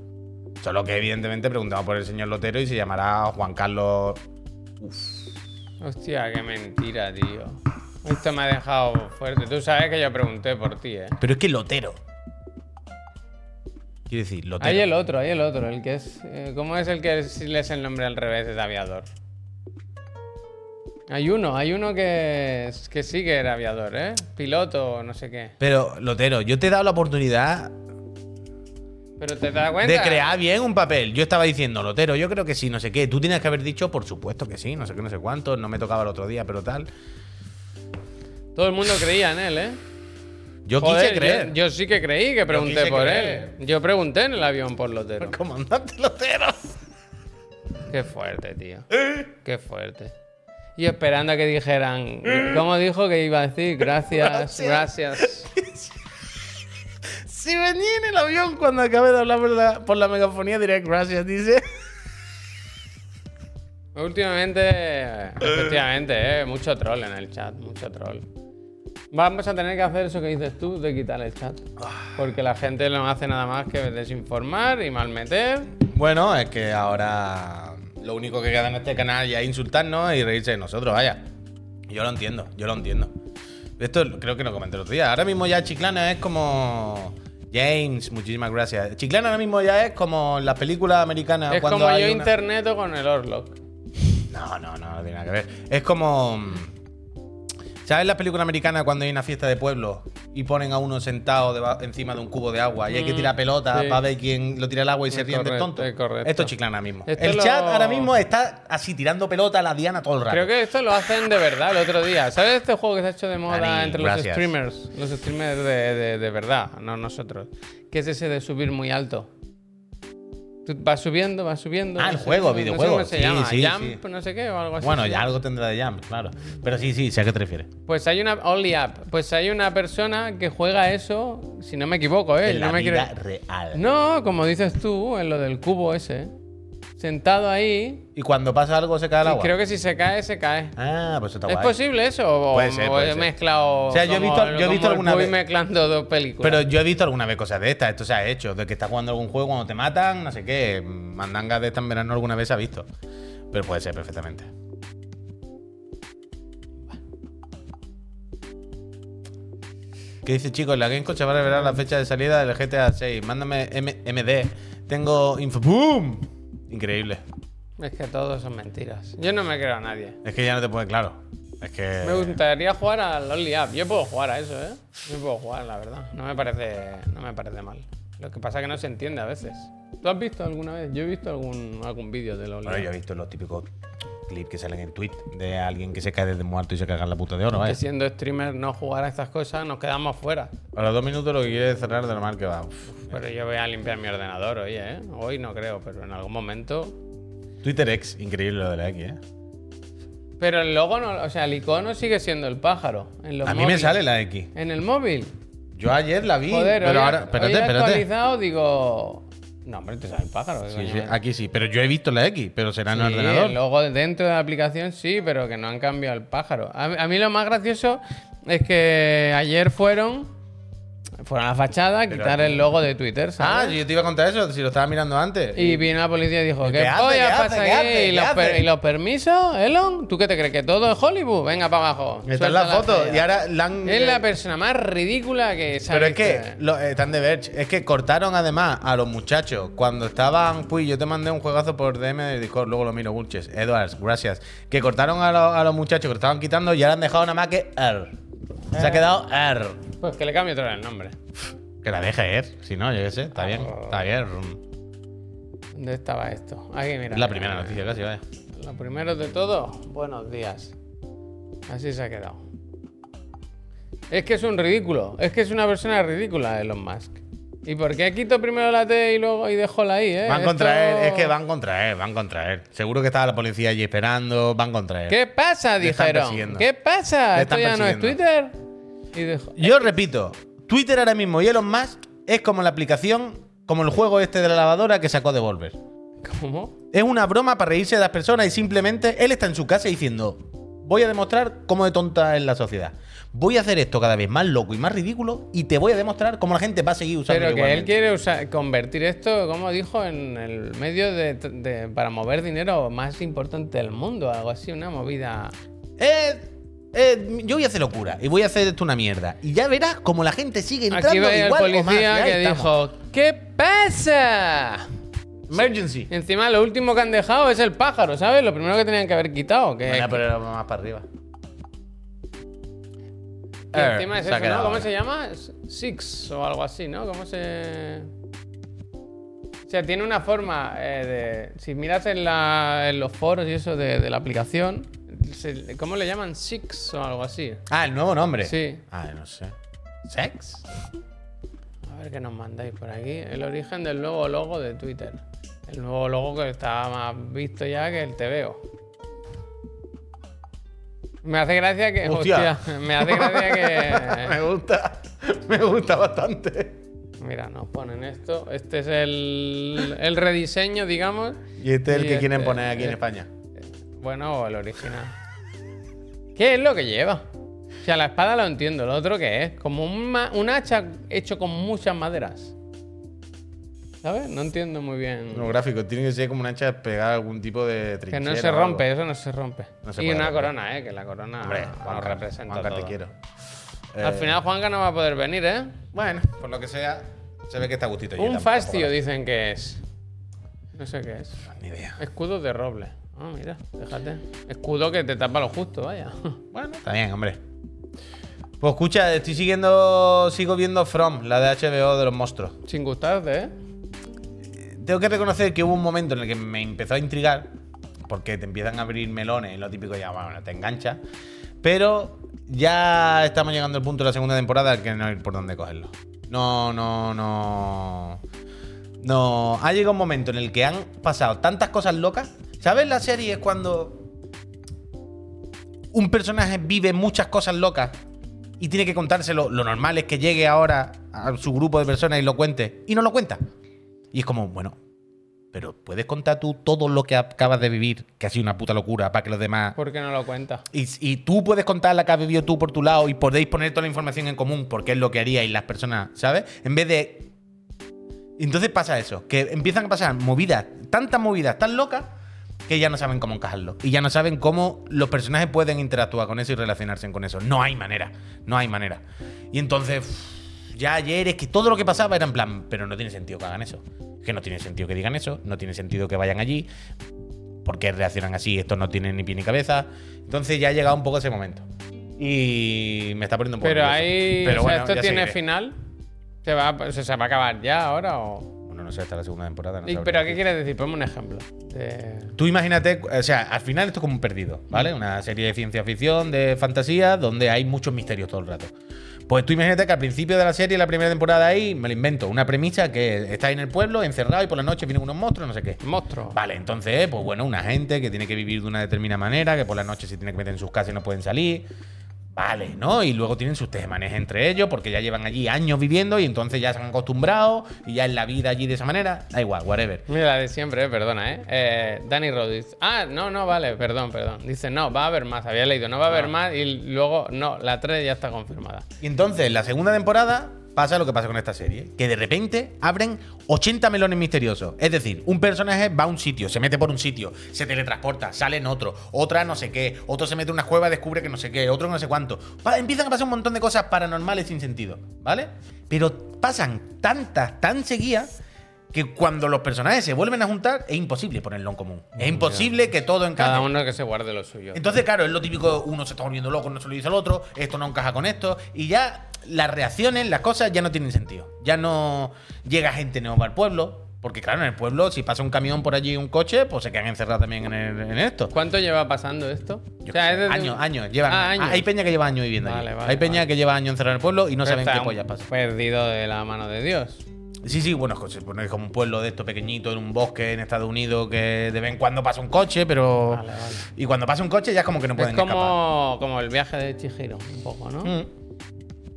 A: Solo que evidentemente preguntamos por el señor Lotero y se llamará Juan Carlos.
B: Hostia, qué mentira, tío. Esto me ha dejado fuerte. Tú sabes que yo pregunté por ti, ¿eh?
A: Pero es que Lotero. Quiero decir, Lotero.
B: Hay el otro, hay el otro, el que es... eh, ¿Cómo es el que es- si lees el nombre al revés es aviador? Hay uno, hay uno que, es- que sí que era aviador, ¿eh? Piloto, no sé qué.
A: Pero, Lotero, yo te he dado la oportunidad
B: Pero te das cuenta...
A: de crear bien un papel. Yo estaba diciendo, Lotero, yo creo que sí, no sé qué. Tú tienes que haber dicho, por supuesto que sí, no sé qué, no sé cuánto. No me tocaba el otro día, pero tal.
B: Todo el mundo creía en él, ¿eh?
A: Yo
B: Joder,
A: quise creer.
B: Yo, yo sí que creí que pregunté
A: quise
B: por
A: creer.
B: él. Yo pregunté en el avión por Lotero.
A: <laughs> Comandante Lotero. <laughs>
B: Qué fuerte, tío.
A: ¿Eh?
B: Qué fuerte. Y esperando a que dijeran.
A: ¿Eh?
B: ¿Cómo dijo que iba a decir? Gracias, gracias.
A: <laughs> Si venía en el avión cuando acabé de hablar por la, por la megafonía, diré gracias, dice.
B: Últimamente, efectivamente, eh, mucho troll en el chat, mucho troll. Vamos a tener que hacer eso que dices tú de quitar el chat.
A: Ah.
B: Porque la gente no hace nada más que desinformar y malmeter.
A: Bueno, es que ahora lo único que queda en este canal ya es insultarnos y reírse de nosotros, vaya. Yo lo entiendo, yo lo entiendo. Esto creo que lo comenté el otro día. Ahora mismo ya Chiclana es como. James, muchísimas gracias. Chiclana ahora mismo ya es como en las películas americanas.
B: es
A: Ah, cuando
B: como
A: hay
B: yo
A: una-
B: interneto con el Orlock.
A: No, no, no, no tiene nada que ver. Es como. mm, ¿Sabes la película americana cuando hay una fiesta de pueblo y ponen a uno sentado deba- encima de un cubo de agua y hay que tirar pelota
B: Mm, sí.
A: para ver quién lo tira al agua y se
B: Es
A: ríen del
B: correcto,
A: tonto?
B: es correcto.
A: Esto es chiclana ahora mismo.
B: Esto
A: el
B: lo-
A: chat ahora mismo está así tirando pelota a la Diana todo el rato.
B: Creo que esto lo hacen de verdad el otro día. ¿Sabes este juego que se ha hecho de moda
A: Dani,
B: entre los
A: gracias.
B: streamers? Los streamers de, de- de verdad, no nosotros. Que es ese de subir muy alto. Tú vas subiendo, vas subiendo.
A: Ah, el
B: sé
A: juego,
B: cómo- no sé
A: videojuego.
B: cómo se
A: Sí,
B: llama.
A: sí,
B: Jump,
A: sí.
B: no sé qué, o algo así.
A: Bueno,
B: se
A: ya
B: llama.
A: algo tendrá de Jam, claro. Pero sí, sí, sé a qué te refieres.
B: Pues hay una Only App. Pues hay una persona que juega eso, si no me equivoco, ¿eh?
A: en
B: no
A: la
B: me
A: vida
B: quiero-
A: real.
B: No, como dices tú, en lo del cubo ese. Sentado ahí.
A: Y cuando pasa algo se cae al
B: y
A: agua.
B: creo que si se cae, se cae.
A: Ah, pues está
B: ¿Es
A: guay.
B: posible eso? ¿O,
A: Puede ser,
B: o
A: puede
B: he
A: ser.
B: mezclado.
A: O sea, yo he
B: como-
A: visto- yo he
B: como
A: visto
B: el
A: alguna
B: Puy
A: vez.
B: mezclando dos películas.
A: Pero yo he visto alguna vez cosas de estas, esto se ha hecho, de que estás jugando algún juego cuando te matan, no sé qué, mandangas de estas en verano alguna vez se ha visto. Pero puede ser perfectamente. ¿Qué dice chicos? La Gamescom se va a revelar la fecha de salida del GTA 6. Mándame M- MD. Tengo info. ¡Boom! Increíble.
B: Es que todo son mentiras. Yo no me creo a nadie.
A: Es que ya no te puede, claro. Es que.
B: Me gustaría jugar al Only App. Yo puedo jugar a eso, ¿eh? Yo puedo jugar, la verdad. No me parece, no me parece mal. Lo que pasa es que no se entiende a veces. ¿Tú has visto alguna vez? Yo he visto algún, algún vídeo del Only
A: Bueno, yo he
B: App.
A: visto los típicos clips que salen en Twitch de alguien que se cae desde muerto y se caga en la puta de oro,
B: Que
A: ¿vale?
B: siendo streamer no jugar a estas cosas nos quedamos fuera.
A: A los dos minutos lo que quiere es cerrar del mar que va. Uf.
B: Pero yo voy a limpiar mi ordenador hoy, ¿eh? Hoy no creo, pero en algún momento
A: Twitter X, increíble lo de la X, ¿eh?
B: Pero el logo no, o sea, el icono sigue siendo el pájaro. En los
A: A mí me
B: móviles.
A: sale la X.
B: En el móvil.
A: Yo ayer la vi,
B: Joder,
A: pero
B: hoy,
A: ahora.
B: hoy
A: Espérate,
B: he
A: espérate.
B: actualizado, digo. No, hombre, te sale el pájaro. ¿qué
A: Sí,
B: coño
A: sí,
B: es?
A: aquí sí, pero yo he visto la X, pero será en el
B: Sí,
A: ordenador.
B: el logo dentro de la aplicación sí, pero que no han cambiado el pájaro. A, mí- a mí lo más gracioso es que ayer fueron. Fueron a la fachada a quitar el logo de Twitter,
A: Ah,
B: ¿sabes?
A: yo te iba a contar eso, si lo estaba mirando antes.
B: Y vino la policía y dijo,
A: ¿Qué
B: ¿qué,
A: hace,
B: polla
A: qué hace,
B: pasa aquí?
A: qué hace,
B: ¿Y,
A: qué
B: los per-
A: hace?
B: ¿Y los permisos, Elon? ¿Tú qué te crees? ¿Que todo es Hollywood? Venga para abajo.
A: Está en la
B: suelta
A: foto.
B: polla.
A: Y ahora la han.
B: Es la persona más ridícula que se ha
A: Pero es
B: visto.
A: que lo- eh, están de Verge. Es que cortaron además a los muchachos. Cuando estaban. Pues yo te mandé un juegazo por DM de Discord, luego lo miro, Gulches. Edwards, gracias. Que cortaron a, lo- a los muchachos que lo estaban quitando y ahora han dejado nada más que R.
B: Eh.
A: Se ha quedado R.
B: Pues que le cambie otra vez el nombre.
A: Que la deje R. Si no, yo qué sé. Está bien. Está bien.
B: ¿Dónde estaba esto? Aquí, mira.
A: Es la
B: mira,
A: primera
B: mira.
A: noticia casi, vaya.
B: Lo primero de todo, buenos días. Así se ha quedado. Es que es un ridículo. Es que es una persona ridícula, Elon Musk. ¿Y por qué quito primero la T y luego y dejó la I, eh?
A: Van
B: Esto-
A: contra él. Es que van contra él. Van contra él. Seguro que estaba la policía allí esperando. Van contra él.
B: ¿Qué pasa?
A: Le están
B: Dijeron.
A: persiguiendo.
B: ¿Qué pasa?
A: Le
B: Esto
A: están
B: ya no es Twitter. Y dejó.
A: Yo repito, Twitter ahora mismo y Elon Musk es como la aplicación, Como el juego este de la lavadora que sacó de Volver.
B: ¿Cómo?
A: Es una broma para reírse de las personas y simplemente él está en su casa diciendo: Voy a demostrar cómo de tonta es la sociedad. Voy a hacer esto cada vez más loco y más ridículo y te voy a demostrar cómo la gente va a seguir usando
B: Pero que él
A: igualmente".
B: quiere usar- convertir esto, como dijo, en el medio de, de- para mover dinero más importante del mundo, algo así, una movida.
A: Eh, eh, yo voy a hacer locura y voy a hacer esto una mierda. Y ya verás como la gente sigue entrando
B: Aquí ve el
A: igual o más. Y
B: policía
A: ahí
B: que
A: estamos.
B: dijo, ¿qué pasa?
A: Emergency.
B: Y Encima lo último que han dejado es el pájaro, ¿sabes? Lo primero que tenían que haber quitado. Eh, Que,
A: Bueno, pero era más para arriba.
B: que
A: Eh,
B: encima es
A: se ha
B: eso, ¿no?
A: quedado
B: ¿Cómo
A: ahí.
B: se llama? Six o algo así, ¿no? ¿Cómo se...? O sea, tiene una forma eh, de... Si miras en, la- en los foros y eso de, de la aplicación, se- ¿cómo le llaman? Six o algo así.
A: Ah, el nuevo nombre.
B: Sí.
A: Ah, no sé. ¿Sex?
B: A ver qué nos mandáis por aquí. El origen del nuevo logo de Twitter. El nuevo logo que está más visto ya que el TVO. Me hace gracia que.
A: Hostia.
B: hostia, me hace
A: <laughs>
B: gracia
A: gusta. Me gusta bastante.
B: que. Mira, nos ponen esto. Este es el, el rediseño, digamos.
A: Y este es el
B: Y
A: que quieren
B: este-
A: poner aquí en España.
B: Bueno, o el original. ¿Qué es lo que lleva? O sea, la espada lo entiendo. Lo otro que es como un, ma- un hacha hecho con muchas maderas. ¿Sabes? No entiendo muy bien.
A: Los gráficos tienen que ser como una hacha pegada a algún tipo de
B: Que
A: trinchera.
B: no
A: o
B: se
A: algo.
B: rompe, eso no se rompe.
A: No se
B: y
A: puede
B: una
A: romper.
B: corona, eh, que la corona
A: Hombre,
B: nos
A: Juanca,
B: representa
A: Juanca, te
B: todo.
A: quiero.
B: Al
A: Eh,
B: final Juanca no va a poder venir, ¿eh?
A: Bueno, por lo que sea, se ve que está a gustito. Yo
B: Un
A: tampoco-
B: fastio dicen que es. No sé qué es.
A: Ni idea.
B: Escudo de roble. Ah, mira, déjate. Escudo que te tapa lo justo, vaya. <laughs>
A: Bueno, está bien, hombre. Pues escucha, estoy siguiendo. Sigo viendo From, la de HBO de los monstruos.
B: Sin gustarte, ¿eh?
A: Tengo que reconocer que hubo un momento en el que me empezó a intrigar, porque te empiezan a abrir melones, lo típico ya, bueno, te engancha. Pero ya estamos llegando al punto de la segunda temporada al que no hay por dónde cogerlo. No, no, no. No, ha llegado un momento en el que han pasado tantas cosas locas. ¿Sabes la serie es cuando un personaje vive muchas cosas locas y tiene que contárselo? Lo normal es que llegue ahora a su grupo de personas y lo cuente. Y no lo cuenta. Y es como, bueno, pero puedes contar tú todo lo que acabas de vivir, que ha sido una puta locura, para que los demás...
B: ¿Por qué no lo cuenta?
A: Y, y tú puedes contar la que has vivido tú por tu lado y podéis poner toda la información en común, porque es lo que haríais las personas, ¿sabes? En vez de... Entonces pasa eso, que empiezan a pasar movidas, tantas movidas tan locas, que ya no saben cómo encajarlo. Y ya no saben cómo los personajes pueden interactuar con eso y relacionarse con eso. No hay manera, no hay manera. Y entonces, uff, ya ayer es que todo lo que pasaba era en plan, pero no tiene sentido que hagan eso. Que no tiene sentido que digan eso, no tiene sentido que vayan allí, ¿Por qué reaccionan así? Esto no tiene ni pie ni cabeza. Entonces ya ha llegado un poco ese momento. Y me está poniendo un poco
B: Pero
A: nervioso.
B: ahí. o sea,
A: bueno,
B: ¿Esto
A: ya
B: tiene
A: seguiré.
B: final? ¿Se va, o sea, ¿Se va a acabar ya ahora o.?
A: Bueno, no sé, hasta la segunda temporada. No
B: Y-
A: sabría.
B: ¿Pero qué quieres decir? Ponme un ejemplo. De-
A: Tú imagínate, o sea, al final esto es como un perdido, ¿vale? Una serie de ciencia ficción, de fantasía, donde hay muchos misterios todo el rato. Pues tú imagínate que al principio de la serie, la primera temporada ahí, me lo invento, una premisa que estáis en el pueblo, encerrado y por la noche vienen unos monstruos, no sé qué.
B: Monstruo.
A: Vale, entonces, pues bueno, una gente que tiene que vivir de una determinada manera, que por la noche se tiene que meter en sus casas y no pueden salir. Vale, ¿no? Y luego tienen sus tejemanes entre ellos, porque ya llevan allí años viviendo y entonces ya se han acostumbrado y ya es la vida allí de esa manera. Da igual, whatever.
B: Mira, la de siempre, eh, perdona, ¿eh? Eh, Danny Rodis. Ah, no, no, vale, perdón, perdón. Dice, no, va a haber más, había leído, no va a
A: Ah.
B: haber más y luego, no, la 3 ya está confirmada.
A: Y entonces, la segunda temporada pasa lo que pasa con esta serie, que de repente abren 80 melones misteriosos. Es decir, un personaje va a un sitio, se mete por un sitio, se teletransporta, sale en otro, otra no sé qué, otro se mete en una cueva, descubre que no sé qué, otro no sé cuánto. Pa- empiezan a pasar un montón de cosas paranormales sin sentido, ¿vale? Pero pasan tantas, tan seguidas que cuando los personajes se vuelven a juntar es imposible ponerlo en común. Es imposible que todo encaje.
B: Cada uno que se guarde lo suyo.
A: Entonces, claro, es lo típico, uno se está volviendo loco, no se lo dice al otro, esto no encaja con esto, y ya las reacciones, las cosas ya no tienen sentido. Ya no llega gente nueva al pueblo, porque claro, en el pueblo, si pasa un camión por allí un coche, pues se quedan encerrados también en, el- en esto.
B: ¿Cuánto lleva pasando esto? O
A: Yo
B: sea,
A: qué
B: es
A: sé,
B: desde-
A: años, años, llevan.
B: Ah, años.
A: Hay peña que lleva años viviendo allí.
B: Vale, vale,
A: Hay peña
B: vale.
A: que lleva años encerrada en el pueblo y no saben
B: Está
A: qué
B: un
A: polla pasa.
B: Perdido de la mano de Dios.
A: Sí, sí, bueno, es que se pone como un pueblo de esto pequeñito en un bosque en Estados Unidos que de vez en cuando pasa un coche, pero.
B: Vale, vale.
A: Y cuando pasa un coche ya es como que no
B: Es
A: pueden escapar.
B: como, como el viaje de Chihiro, un poco, ¿no?
A: Mm.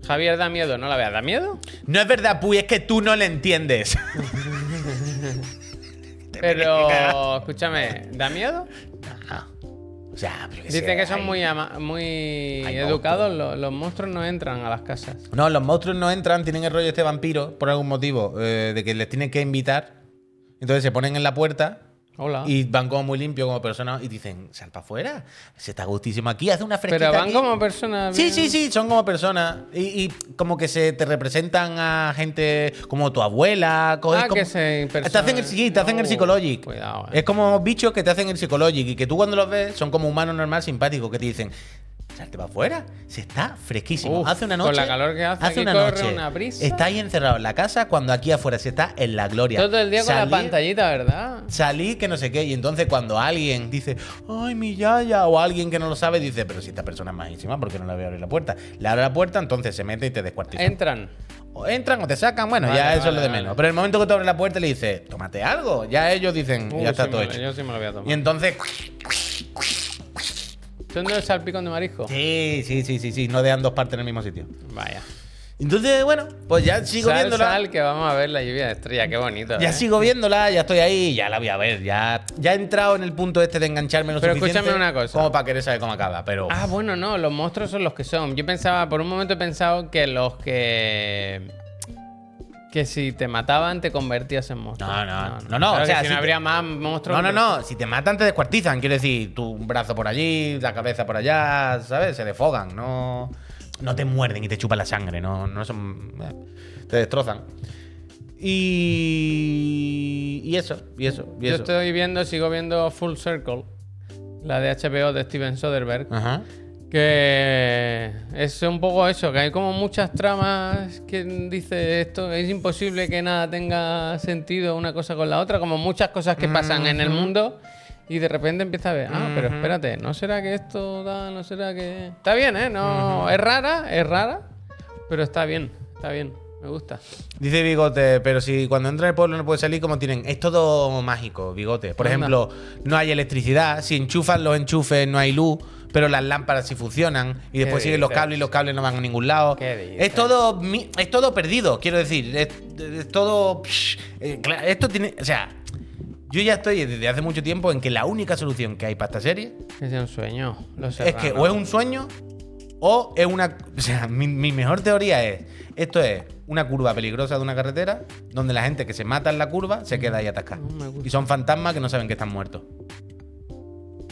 B: Javier da miedo, no la veas. ¿Da miedo?
A: No es verdad, Puy, es que tú no le entiendes.
B: Pero, escúchame, ¿da
A: <laughs>
B: miedo?
A: Ah. o sea, pero que
B: Dicen
A: sea,
B: que son
A: ay.
B: muy, ama- muy
A: hay
B: educados, lo- los, monstruos no entran a las casas.
A: No, los monstruos no entran, tienen el rollo este vampiro por algún motivo, eh, de que les tienen que invitar. Entonces se ponen en la puerta
B: Hola.
A: y van como muy limpios como personas y dicen, sal para afuera, se está gustísimo aquí, hace una fresquita
B: Pero van
A: aquí".
B: como personas.
A: Sí,
B: bien-
A: sí, sí, son como personas. Y, y como que se te representan a gente como tu abuela. co-
B: Ah,
A: es como-
B: que se
A: te hacen el, sí, te hacen el
B: Uh,
A: psicologic.
B: cuidado, eh.
A: Es como bichos que te hacen el psicologic y que tú cuando los ves son como humanos normal simpáticos que te dicen, salte para afuera, se está fresquísimo.
B: Uf,
A: hace una
B: con
A: noche.
B: la calor que hace aquí
A: una
B: corre
A: noche.
B: una brisa.
A: Está ahí encerrado en la casa cuando aquí afuera se está en la gloria.
B: Todo el día con la
A: Salir-
B: pantallita, ¿verdad?
A: Salí que no sé qué, y entonces cuando alguien dice, ay, mi yaya, o alguien que no lo sabe, dice, pero si esta persona es majísima, ¿por qué no le voy a abrir la puerta? Le abre la puerta, entonces se mete y te descuartiza.
B: Entran.
A: o entran o te sacan, bueno,
B: Vale,
A: ya eso es
B: vale,
A: lo de
B: vale.
A: menos. Pero en el momento que tú abres la puerta y le dices, tómate algo, ya ellos dicen,
B: Uh,
A: ya está
B: sí
A: todo
B: me lo-
A: hecho.
B: Yo sí me lo voy a
A: Y
B: tomar.
A: entonces,
B: ¿Tú no el salpicón de marisco?
A: sí, sí, sí, sí, sí, no dejan dos partes en el mismo sitio.
B: Vaya.
A: Entonces, bueno, pues ya sigo
B: sal,
A: viéndola.
B: sal, que vamos a ver la lluvia de estrella, qué bonito.
A: Ya
B: ¿eh?
A: sigo viéndola, ya estoy ahí, ya la voy a ver, ya, ya he entrado en el punto este de engancharme lo
B: Pero
A: suficiente
B: escúchame una cosa.
A: como para querer saber cómo acaba, pero...
B: Ah, bueno, no, los monstruos son los que son. Yo pensaba, por un momento he pensado que los que. que si te mataban te convertías en monstruo.
A: No, no, no, no,
B: Claro
A: o
B: que
A: sea,
B: si
A: si
B: no
A: te-
B: habría más monstruos. pues,
A: No, no, no. Si te matan, te descuartizan. Quiero decir, tu brazo por allí, la cabeza por allá, ¿sabes? Se defogan. No, no te muerden y te chupan la sangre. No, no son. eh, Te destrozan. Y. Y eso, y eso, y
B: Yo
A: eso.
B: estoy viendo, sigo viendo Full Circle, la de HBO de Steven Soderbergh,
A: Ajá.
B: que es un poco eso, que hay como muchas tramas que dice esto, es imposible que nada tenga sentido una cosa con la otra, como muchas cosas que pasan en el mundo y de repente empieza a ver, ah, pero espérate, ¿no será que esto da, no será que... Está bien, ¿eh? No, es rara, es rara, pero está bien, está bien, me gusta.
A: Dice Bigote, pero si cuando entra en el pueblo no puede salir, como tienen? Es todo mágico, Bigote. Por
B: Anda.
A: ejemplo, no hay electricidad, si enchufan los enchufes no hay luz, pero las lámparas sí funcionan y después siguen los
B: dices?
A: cables y los cables no van a ningún lado.
B: ¿Qué dices?
A: Es todo mi- es todo perdido, quiero decir, es, es todo psh, eh, cla- esto tiene, o sea, yo ya estoy desde hace mucho tiempo en que la única solución que hay para esta serie
B: Es un sueño, lo sé.
A: es que o es un sueño o es una. O sea, mi, mi mejor teoría es: esto es una curva peligrosa de una carretera donde la gente que se mata en la curva se queda ahí atascada.
B: Mm. No me gusta.
A: y son fantasmas que no saben que están muertos.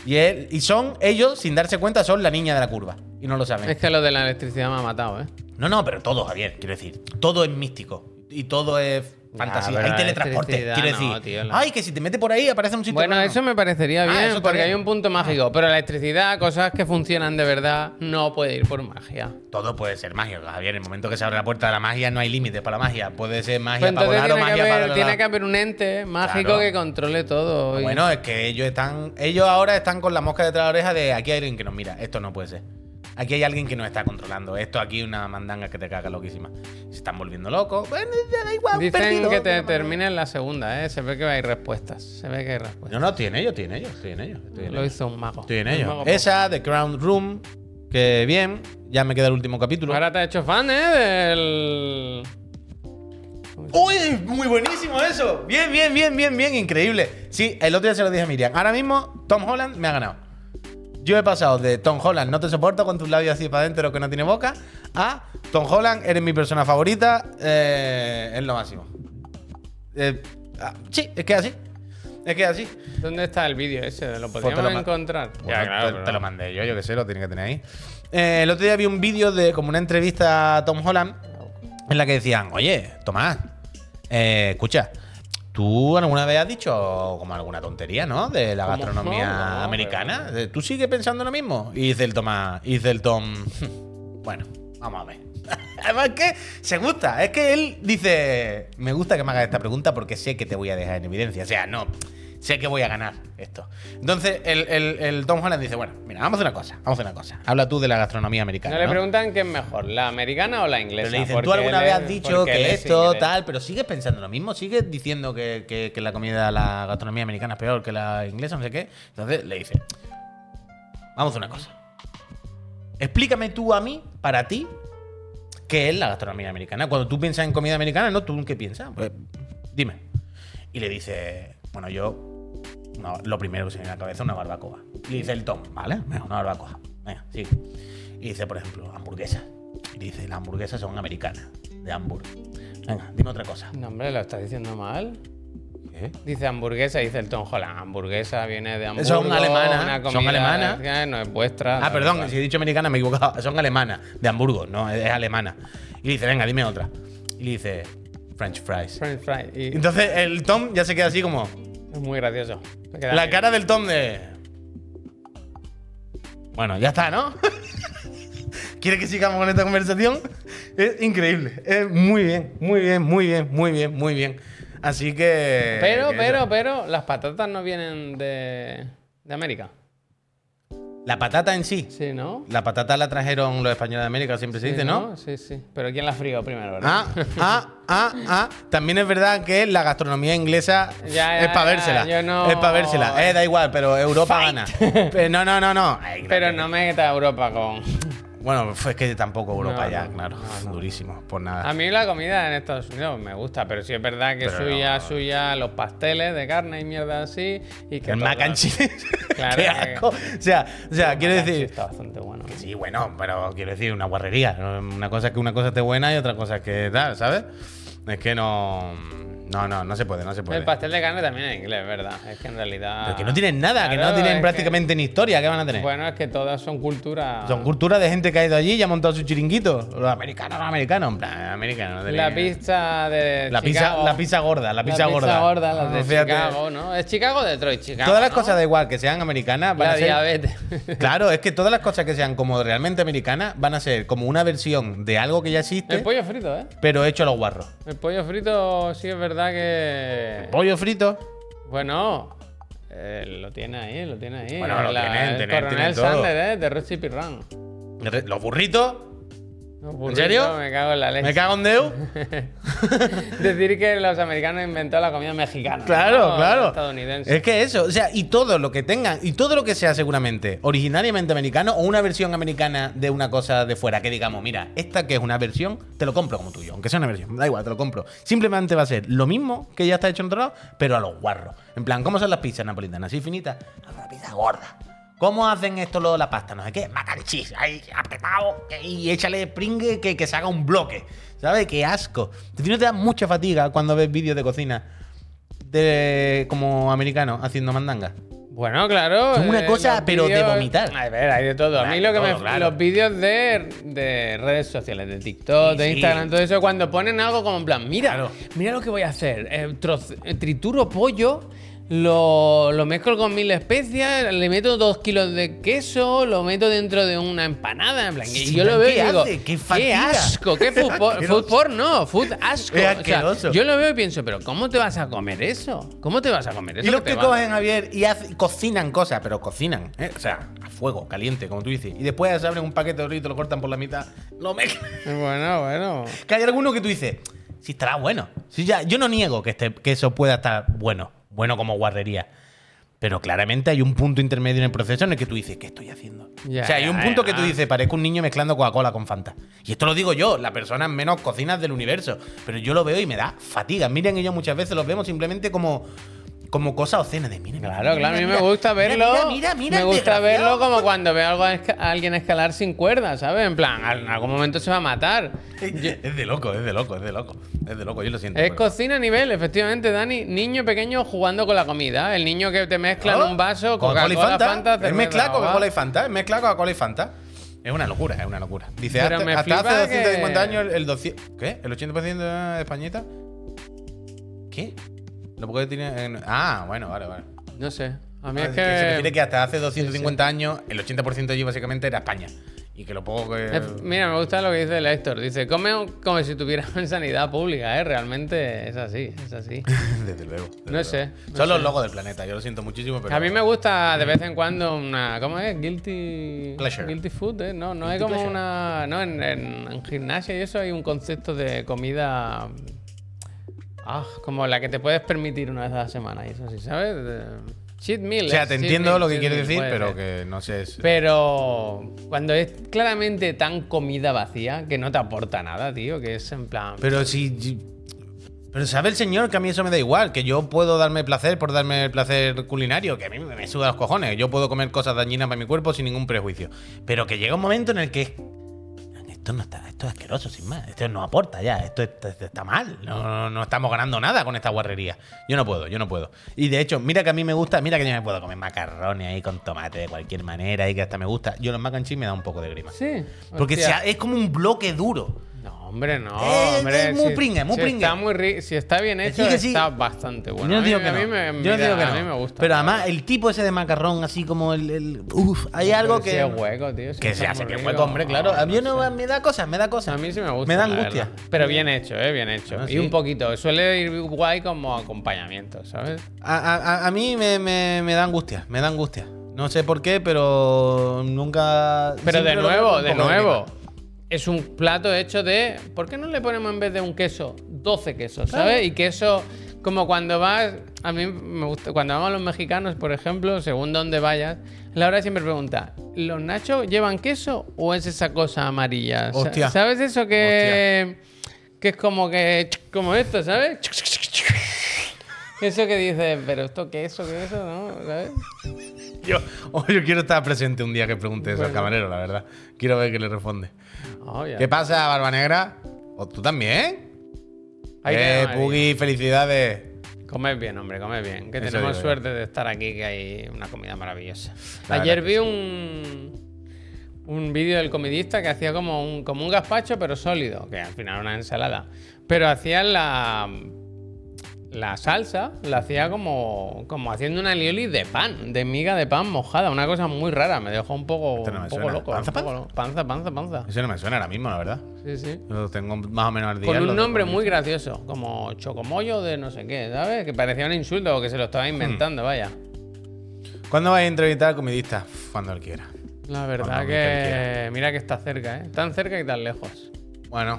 A: Y, él- y son ellos, sin darse cuenta, son la niña de la curva. Y no lo saben.
B: Es que lo de la electricidad me ha matado, ¿eh?
A: No, no, pero todo, Javier, quiero decir, todo es místico. Y todo es fantasía.
B: Ah, pero
A: Hay teletransporte.
B: electricidad
A: Quiero
B: no,
A: decir.
B: tío, no.
A: Ay, que si te metes por ahí aparece un sitio.
B: Bueno,
A: raro.
B: eso me parecería
A: Ah,
B: bien,
A: eso está
B: porque
A: bien.
B: hay un punto mágico. Pero la electricidad, cosas que funcionan de verdad, no puede ir por magia.
A: Todo puede ser magia, Javier. En el momento que se abre la puerta de la magia, no hay límites para la magia. Puede ser
B: Pues
A: magia para
B: entonces
A: volar o
B: tiene,
A: magia
B: que
A: para.
B: haber, tiene que haber un ente mágico
A: Claro. Ah,
B: que controle todo. y-
A: Pues Bueno, es que ellos están. Ellos ahora están con la mosca detrás de la oreja de aquí hay alguien que nos mira. Esto no puede ser. Aquí hay alguien que nos está controlando. Esto aquí es una mandanga que te caga loquísima. Se están volviendo locos. Bueno, ya da igual.
B: Dicen
A: perdido,
B: que te
A: pero-
B: termine en la segunda, ¿eh? Se ve que hay respuestas. Se ve que hay respuestas.
A: Pues No, no, estoy en ellos, estoy en ellos, estoy en ellos. Estoy en
B: Lo
A: ellos.
B: hizo un mago.
A: Estoy en
B: Un
A: ellos.
B: mago
A: Esa, The Crown Room, que bien. Ya me queda el último capítulo.
B: Ahora te has hecho fan, ¿eh? Del...
A: ¡Uy! Muy buenísimo eso. Bien, bien, bien, bien, bien. Increíble. Sí, el otro día se lo dije a Miriam. Ahora mismo, Tom Holland me ha ganado. Yo he pasado de Tom Holland, no te soporto con tus labios así para adentro que no tiene boca, a Tom Holland, eres mi persona favorita, eh, es lo máximo. Eh, ah, sí, es que es así. Es que es así.
B: ¿Dónde está el vídeo ese? ¿Lo
A: Pues te lo
B: podríamos
A: ma-
B: encontrar?
A: Bueno, te,
B: pero
A: te lo mandé yo, yo que sé, lo tiene que tener ahí. Eh, el otro día vi un vídeo de como una entrevista a Tom Holland en la que decían, oye, Tomás, eh, escucha, tú alguna vez has dicho como alguna tontería, ¿no? De la
B: Como,
A: gastronomía
B: no, no,
A: americana. Eh, ¿Tú sigues pensando lo mismo? Y dice el Tomás, y dice el Tom, bueno, vamos a ver. <laughs> Además que se gusta, es que él dice, me gusta que me hagas esta pregunta porque sé que te voy a dejar en evidencia. O sea, no, sé que voy a ganar esto. Entonces el, el- el Tom Holland dice, bueno, mira, vamos a hacer una cosa, vamos a hacer una cosa. Habla tú de la gastronomía americana.
B: No le
A: ¿no?
B: preguntan qué es mejor, la americana o la inglesa.
A: Pero le dicen,
B: porque
A: tú alguna
B: él
A: vez
B: es-
A: has dicho
B: porque él
A: que
B: es
A: esto,
B: inglés.
A: tal, pero sigues pensando lo mismo, sigues diciendo que, que- que la comida, la gastronomía americana es peor que la inglesa, no sé qué. Entonces le dice, vamos a hacer una cosa. Explícame tú a mí, para ti, ¿qué es la gastronomía americana? Cuando tú piensas en comida americana, ¿no? ¿Tú qué piensas? Pues dime. Y le dice, bueno, yo, una- lo primero que se me viene a la cabeza, una barbacoa. Y le dice el Tom, ¿vale? Venga, una barbacoa. Venga, sí. Y dice, por ejemplo, hamburguesas. Y dice, las hamburguesas son americanas, de Hamburg. Venga, dime otra cosa.
B: No, hombre, lo estás diciendo mal.
A: ¿Qué?
B: Dice hamburguesa, dice el Tom Holland. Hamburguesa viene de Hamburgo.
A: Son alemanas,
B: una
A: son
B: comida
A: alemanas.
B: que No es vuestra.
A: Ah,
B: no,
A: perdón,
B: no.
A: si he dicho americana me he equivocado. Son alemanas, de Hamburgo, no, es, es alemana. Y le dice, venga, dime otra. Y le dice, French fries.
B: French fries. Y
A: Entonces el Tom ya se queda así como.
B: es muy gracioso. Se queda
A: La
B: ahí.
A: cara del Tom de. Bueno, ya está, ¿no? <laughs> ¿Quieres que sigamos con esta conversación? Es increíble. Es muy bien, muy bien, muy bien, muy bien, muy bien. Así que. eh,
B: Pero,
A: que
B: pero,
A: eso.
B: pero, las patatas no vienen de, de América.
A: La patata en sí.
B: Sí, ¿no?
A: La patata la trajeron los españoles de América, siempre se dice, ¿no?
B: Sí, sí. Pero ¿quién la frió primero, verdad?
A: Ah, ah, ah, ah. También es verdad que la gastronomía inglesa
B: Ya,
A: es
B: ya,
A: para
B: ya,
A: vérsela.
B: yo no-
A: Es para vérsela. Eh, da igual, pero Europa gana. Pero no, no, no, no. Ay,
B: Pero no me meta Europa con.
A: Bueno, fue que tampoco Europa
B: No,
A: ya,
B: no,
A: claro.
B: no, no.
A: Durísimo, por
B: A
A: nada.
B: mí la comida en Estados Unidos me gusta, pero sí es verdad que
A: Pero
B: suya,
A: no.
B: suya, los pasteles de carne y mierda así. Y que
A: El
B: todo-
A: mac and cheese. <laughs>
B: Claro,
A: Qué
B: que-
A: asco. O sea, o sea quiero
B: mac and cheese
A: decir.
B: Está bastante bueno. ¿eh?
A: Sí, bueno, pero quiero decir, una guarrería. ¿no? Una cosa es que una cosa esté buena y otra cosa es que tal, ¿sabes? Es que no. No, no, no se puede, no se puede.
B: El pastel de carne también en inglés, ¿verdad? Es que en realidad.
A: Pero que no tienen nada, que no
B: Claro, es
A: tienen
B: que-
A: prácticamente ni historia. ¿Qué van a tener?
B: Bueno, es que todas son culturas.
A: Son culturas de gente que ha ido allí y ha montado su chiringuito. Los americanos, los americanos, en plan, americanos. no
B: La
A: tenéis-
B: pizza de.
A: la pizza,
B: Chicago.
A: la pizza gorda, la pizza gorda.
B: la de
A: Fíjate,
B: Chicago, ¿no? Es Chicago o Detroit, Chicago.
A: Todas las
B: ¿no?
A: cosas, da igual que sean americanas, van
B: La
A: a ser- <laughs>
B: diabetes.
A: Claro, es que todas las cosas que sean como realmente americanas van a ser como una versión de algo que ya
B: El
A: existe,
B: pollo frito, ¿eh?
A: pero hecho a los guarros.
B: El pollo frito sí es verdad que.
A: Pollo frito.
B: Bueno, eh, lo tiene ahí, lo tiene ahí.
A: Bueno, lo tienen,
B: el
A: tienen-
B: coronel
A: tienen todo.
B: Sandler, ¿eh? De Rusty Pirran.
A: Los burritos.
B: ¿En
A: serio?
B: Me cago en la
A: Me
B: leche.
A: cago en Deu.
B: <laughs> Decir que los americanos inventaron la comida mexicana.
A: Claro,
B: ¿no?
A: claro.
B: Estadounidense.
A: Es que eso, o sea, y todo lo que tengan, y todo lo que sea seguramente originariamente americano o una versión americana de una cosa de fuera, que digamos, mira, esta que es una versión, te lo compro como tuyo, aunque sea una versión, da igual, te lo compro. Simplemente va a ser lo mismo que ya está hecho en otro lado, pero a los guarros. En plan, ¿cómo son las pizzas napolitanas? ¿Así finitas? Haz Una pizza gorda. ¿Cómo hacen esto lo de la pasta? No sé qué, mac and cheese, ahí apretado y échale pringue que, que se haga un bloque. ¿Sabes? Qué asco. ¿A ti no te da mucha fatiga cuando ves vídeos de cocina de como americano haciendo mandanga.
B: Bueno, claro. eh,
A: Son una cosa,
B: los
A: pero de
B: vídeos-
A: vomitar.
B: A ver, hay de todo. A
A: Claro,
B: mí lo que
A: todo,
B: me.
A: claro.
B: Los vídeos de, de redes sociales, de TikTok,
A: Sí,
B: de
A: sí.
B: Instagram, todo eso, cuando ponen algo como en plan, mira,
A: Claro.
B: mira lo que voy a hacer. eh, troz- eh, trituro pollo. Lo, lo mezclo con mil especias, le meto dos kilos de queso, lo meto dentro de una empanada. En plan,
A: Sí,
B: y yo lo veo y
A: ¿qué
B: digo,
A: hace? ¡Qué
B: qué
A: fatiga!
B: asco,
A: <laughs>
B: qué food, por- food porn, no, food asco.
A: Es
B: O sea,
A: asqueroso.
B: yo lo veo y pienso, pero ¿cómo te vas a comer eso? ¿Cómo te vas a comer eso?
A: Y los
B: te
A: que
B: va-
A: cogen, Javier, y hace- cocinan cosas, pero cocinan, ¿eh? o sea, a fuego, caliente, como tú dices. Y después se abren un paquete de orito, lo cortan por la mitad, lo mezclan.
B: Bueno, bueno.
A: Que hay alguno que tú dices, si estará bueno. Sí, ya, yo no niego que, este, que eso pueda estar bueno, bueno como guarrería. Pero claramente hay un punto intermedio en el proceso en el que tú dices, ¿qué estoy haciendo?
B: Ya,
A: o sea, hay un
B: ya,
A: punto
B: ya.
A: que tú dices, parezco un niño mezclando Coca-Cola con Fanta. Y esto lo digo yo, la persona menos cocinas del universo. Pero yo lo veo y me da fatiga. Miren, y yo muchas veces los vemos simplemente como, como cosa o cena de miren.
B: Claro, claro, a mí me gusta verlo.
A: Mira, mira, mira.
B: me gusta
A: desgraciado.
B: verlo como cuando veo algo a esca- a alguien escalar sin cuerdas, ¿sabes? En plan, al- en algún momento se va a matar.
A: <laughs> Es de loco, es de loco, es de loco. Es de loco, yo lo siento.
B: Es
A: pero-
B: cocina a nivel, efectivamente, Dani. Niño pequeño jugando con la comida. El niño que te mezcla
A: Claro.
B: en un vaso Coca-Cola, Fanta,
A: Oh. Es
B: cerveza,
A: mezcla
B: agua.
A: Coca-Cola y Fanta. Es mezcla Coca-Cola y Fanta. Es una locura, es una locura. Dice,
B: Pero me
A: hasta, hasta
B: flipa
A: hace 250
B: que-
A: años el, el 200 ¿Qué? ¿El 80% de Españita? ¿Qué? Lo poco que tiene... en- Ah, bueno, vale, vale.
B: No sé. A mí
A: Ah,
B: es
A: que Se refiere
B: que...
A: que hasta hace 250 años el 80% de allí básicamente era España. Y que lo poco que...
B: es- Mira, me gusta lo que dice el Héctor. Dice, come un- como si tuvieras en <laughs> sanidad pública, ¿eh? Realmente es así, es así.
A: <laughs> desde luego. desde
B: No
A: luego.
B: sé, no
A: Son los
B: sé.
A: logos del planeta, yo lo siento muchísimo, pero...
B: A mí me gusta de vez en cuando una. ¿Cómo es? Guilty.
A: Pleasure.
B: Guilty food, ¿eh? No, no hay
A: Guilty
B: como
A: pleasure.
B: una. No, en, en, en gimnasia y eso hay un concepto de comida. Ah, como la que te puedes permitir una vez a la semana y eso sí, ¿sabes? De- Cheat meal.
A: O sea,
B: es
A: te
B: cheat
A: entiendo
B: meal,
A: lo
B: cheat
A: que quieres
B: meal,
A: decir,
B: puede
A: pero
B: ser.
A: que no sé. si-
B: Pero cuando es claramente tan comida vacía que no te aporta nada, tío, que es en plan...
A: Pero si. Pero sabe el señor que a mí eso me da igual, que yo puedo darme placer por darme el placer culinario, que a mí me suda los cojones. Yo puedo comer cosas dañinas para mi cuerpo sin ningún prejuicio. Pero que llega un momento en el que. es- Esto no está, esto es asqueroso, sin más. Esto no aporta ya, esto está, esto está mal. No, no, no estamos ganando nada con esta guarrería. Yo no puedo, yo no puedo. Y de hecho, mira que a mí me gusta, mira que yo me puedo comer macarrones ahí con tomate de cualquier manera y que hasta me gusta. Yo los mac and cheese me da un poco de grima.
B: Sí.
A: Porque
B: hostia.
A: sea- es como un bloque duro.
B: No, hombre, no.
A: Eh,
B: hombre,
A: es muy pringue, muy
B: si
A: pringue.
B: Está muy ri- si está bien hecho,
A: Sí, que sí.
B: está bastante bueno.
A: Yo
B: a
A: no
B: mí,
A: digo que
B: a mí
A: no.
B: me,
A: Yo no
B: mira,
A: digo que
B: a mí
A: no.
B: me gusta.
A: Pero
B: la
A: además,
B: verdad.
A: el tipo ese de macarrón, así como el. el- uf, hay algo
B: Pero
A: que.
B: si es hueco, tío. si
A: que se
B: está
A: hace
B: muy
A: que
B: rico,
A: hueco, hombre, claro. A mí
B: no
A: no,
B: sé.
A: me da cosas, me da cosas.
B: A mí sí me gusta.
A: Me da
B: la
A: angustia.
B: verdad. Pero bien hecho, eh, bien hecho.
A: Bueno,
B: Y
A: sí.
B: un poquito. Suele ir guay como acompañamiento, ¿sabes?
A: A, a- a- a mí me, me- me da angustia, me da angustia. No sé por qué, pero nunca.
B: Pero
A: siempre
B: de
A: lo
B: nuevo,
A: veo
B: de
A: un poco
B: nuevo.
A: grima.
B: Es un plato hecho de. ¿Por qué no le ponemos en vez de un queso 12 quesos, ¿sabes? Y queso. Como cuando vas. A mí me gusta. Cuando vamos a los mexicanos, por ejemplo, según dónde vayas, la hora siempre pregunta: ¿los nachos llevan queso o es esa cosa amarilla? Sa-
A: Hostia.
B: ¿Sabes eso que. que es como que. como esto, ¿sabes? Eso que dices, pero esto queso, queso, ¿no? ¿Sabes?
A: Yo, oh, yo quiero estar presente un día que pregunte eso al camarero, la verdad. Quiero ver qué le responde.
B: Oh, ya.
A: ¿Qué pasa, Barba Negra? ¿O ¿Tú también?
B: Ahí
A: eh,
B: tiene María.
A: Puggy, felicidades.
B: Comed bien, hombre, comed bien. Que
A: Eso
B: tenemos
A: digo yo.
B: suerte de estar aquí, que hay una comida maravillosa.
A: La
B: Ayer
A: verdad
B: vi un un vídeo del comidista que hacía como un, como un gazpacho, pero sólido, que al final era una ensalada. Pero hacía la, la salsa, la hacía como, como haciendo una alioli de pan, de miga de pan mojada, una cosa muy rara. Me dejó un poco,
A: Esto no me
B: un poco
A: suena.
B: loco.
A: ¿Panza,
B: un poco loco. panza, panza, panza.
A: Eso no me suena ahora mismo, la verdad.
B: Sí, sí.
A: Lo tengo más o menos al día.
B: Con
A: lo
B: un
A: de
B: nombre
A: Puggy.
B: muy gracioso, como Chocomollo de no sé qué, ¿sabes? Que parecía un insulto o que se lo
A: Hmm.
B: estaba inventando, vaya.
A: ¿Cuándo vais a entrevistar al comidista? Cuando él quiera.
B: La
A: Cuando
B: verdad
A: Miquel
B: que mira que está cerca, ¿eh? Tan cerca y tan lejos.
A: Bueno,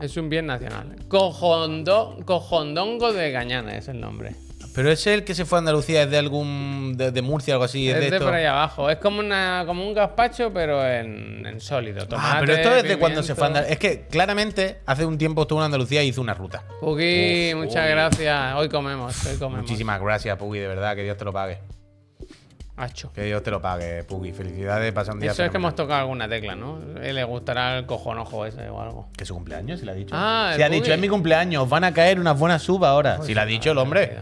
B: Es un bien nacional. Cojondo, cojondongo de Gañana es el nombre.
A: pero es el que se fue a Andalucía, es de algún. de, de Murcia, algo así. Es,
B: Es
A: de
B: de
A: esto.
B: por ahí abajo. Es como, una, como un gazpacho, pero en, en sólido.
A: ah,
B: Tomate,
A: pero esto es de
B: pimiento.
A: cuando se fue a Andalucía. Es que claramente hace un tiempo estuvo en Andalucía y hizo una ruta.
B: Pugui,
A: Uf,
B: muchas
A: uy.
B: gracias. Hoy comemos, hoy comemos.
A: Muchísimas gracias, Puggy, de verdad, que Dios te lo pague.
B: Acho.
A: Que Dios te lo pague, Puggy. Felicidades, pasa un día.
B: Eso es que
A: fenomenal.
B: hemos tocado alguna tecla, ¿no? Eh, Le gustará el cojonojo ese o algo.
A: Que su cumpleaños, si le ha dicho.
B: Ah, el
A: si ha dicho,
B: Puggy.
A: es mi cumpleaños, os van a caer unas buenas subas ahora. si le ha dicho el hombre.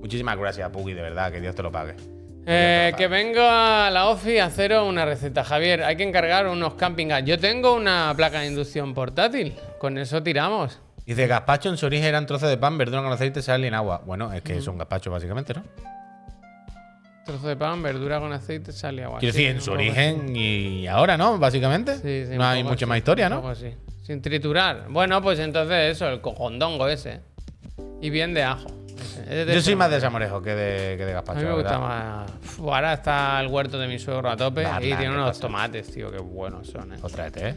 A: Muchísimas gracias, Puggy, de verdad, que Dios te lo pague.
B: Eh, que vengo a la OFI a haceros una receta, Javier. Hay que encargar unos camping gas. Yo tengo una placa de inducción portátil. Con eso tiramos.
A: Dice, gazpacho en su origen eran trozos de pan, verdura con aceite, sal y en agua. Bueno, es que es un gazpacho básicamente, ¿no?
B: Trozo de pan, verdura con aceite, sal y agua.
A: Quiero
B: Sí,
A: decir, en
B: un
A: su
B: poco así.
A: origen y ahora, ¿no? Básicamente.
B: Sí, sí, un
A: no hay
B: poco
A: mucha
B: así,
A: más historia,
B: un
A: ¿no?
B: poco así. Sin triturar. Bueno, pues entonces eso, el cojondongo ese. Y bien de ajo. Ese. Es de
A: Yo soy
B: ese-
A: más de Samorejo que de, que de
B: A
A: gazpacho.
B: mí me
A: la
B: gusta
A: verdad.
B: más. Uf, ahora está el huerto de mi suegro a tope
A: Barna,
B: y tiene
A: ¿qué
B: unos
A: pasa?
B: tomates, tío, que buenos son, eh.
A: Otra vez, ¿eh?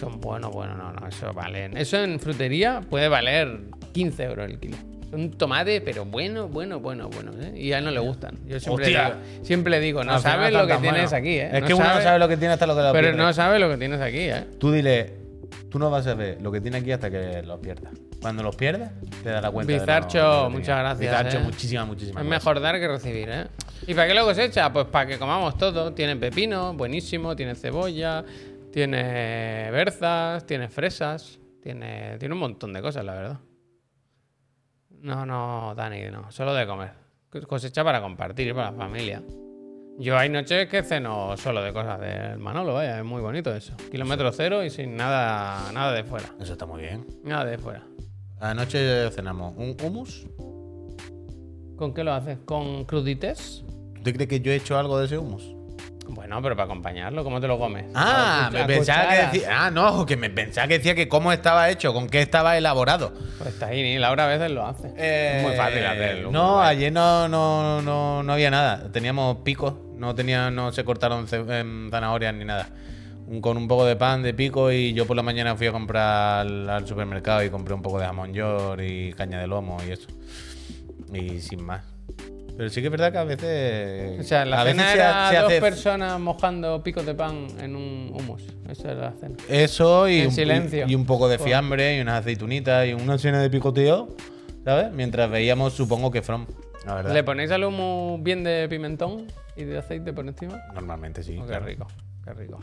B: Son buenos, bueno, no, no, eso valen. Eso en frutería puede valer 15 euros el kilo. Son tomate, pero bueno, bueno, bueno, bueno. ¿eh? Y a él no le gustan. Yo siempre,
A: Hostia.
B: digo, siempre digo, no
A: Al final
B: sabes
A: tan
B: lo que
A: tan
B: tienes
A: bueno.
B: aquí, ¿eh?
A: Es que uno no sabe lo que tiene hasta lo que lo
B: Pero
A: pierde.
B: no sabes lo que tienes aquí, ¿eh?
A: Tú dile, tú no vas a ver lo que tiene aquí hasta que los pierdas. Cuando los pierdas, te darás cuenta. de lo-
B: Bizarcho,
A: de lo que tenía.
B: muchas gracias,
A: Bizarcho,
B: eh.
A: muchísimas, muchísimas
B: Es
A: gracias.
B: mejor dar que recibir, ¿eh? ¿Y para qué lo cosecha? Pues para que comamos todo. Tiene pepino, buenísimo, tiene cebolla, tiene berzas, tiene fresas, tiene, tiene un montón de cosas, la verdad. No, no, Dani, no. Solo de comer. Cosecha para compartir, para la familia. Yo hay noches que ceno solo de cosas del Manolo, vaya, es muy bonito eso. Kilómetro cero y sin nada, nada de fuera.
A: Eso está muy bien.
B: Nada de fuera.
A: Anoche cenamos un hummus.
B: ¿Con qué lo haces? ¿Con crudites?
A: ¿Tú te crees que yo he hecho algo de ese hummus?
B: Bueno, pero para acompañarlo, ¿cómo te lo comes?
A: Ah,
B: A
A: me
B: cuch- a
A: pensaba que
B: cucharas.
A: decía. Ah, no, que me pensaba que decía que cómo estaba hecho, con qué estaba elaborado.
B: Pues Tahini, Laura a veces lo hace. Es muy fácil hacerlo.
A: Eh, No,
B: Guay.
A: ayer no, no, no, no había nada. Teníamos picos. No tenía, no se cortaron ce- em, zanahorias ni nada. Un- con un poco de pan de pico y yo por la mañana fui a comprar al, al supermercado y compré un poco de jamón york y caña de lomo y eso. Y sin más. Pero sí que es verdad que a veces.
B: O sea, la
A: a veces
B: cena
A: se ha-
B: era
A: se
B: dos
A: hace
B: personas mojando picos de pan en un hummus. Esa era la cena.
A: Eso y
B: En
A: un,
B: silencio.
A: y un poco de
B: Por-
A: fiambre y unas aceitunitas y una cena de picoteo, ¿sabes? Mientras veíamos, supongo que From. La verdad.
B: ¿Le ponéis al hummus bien de pimentón y de aceite por encima?
A: Normalmente sí.
B: Oh, qué
A: claro.
B: rico, qué rico.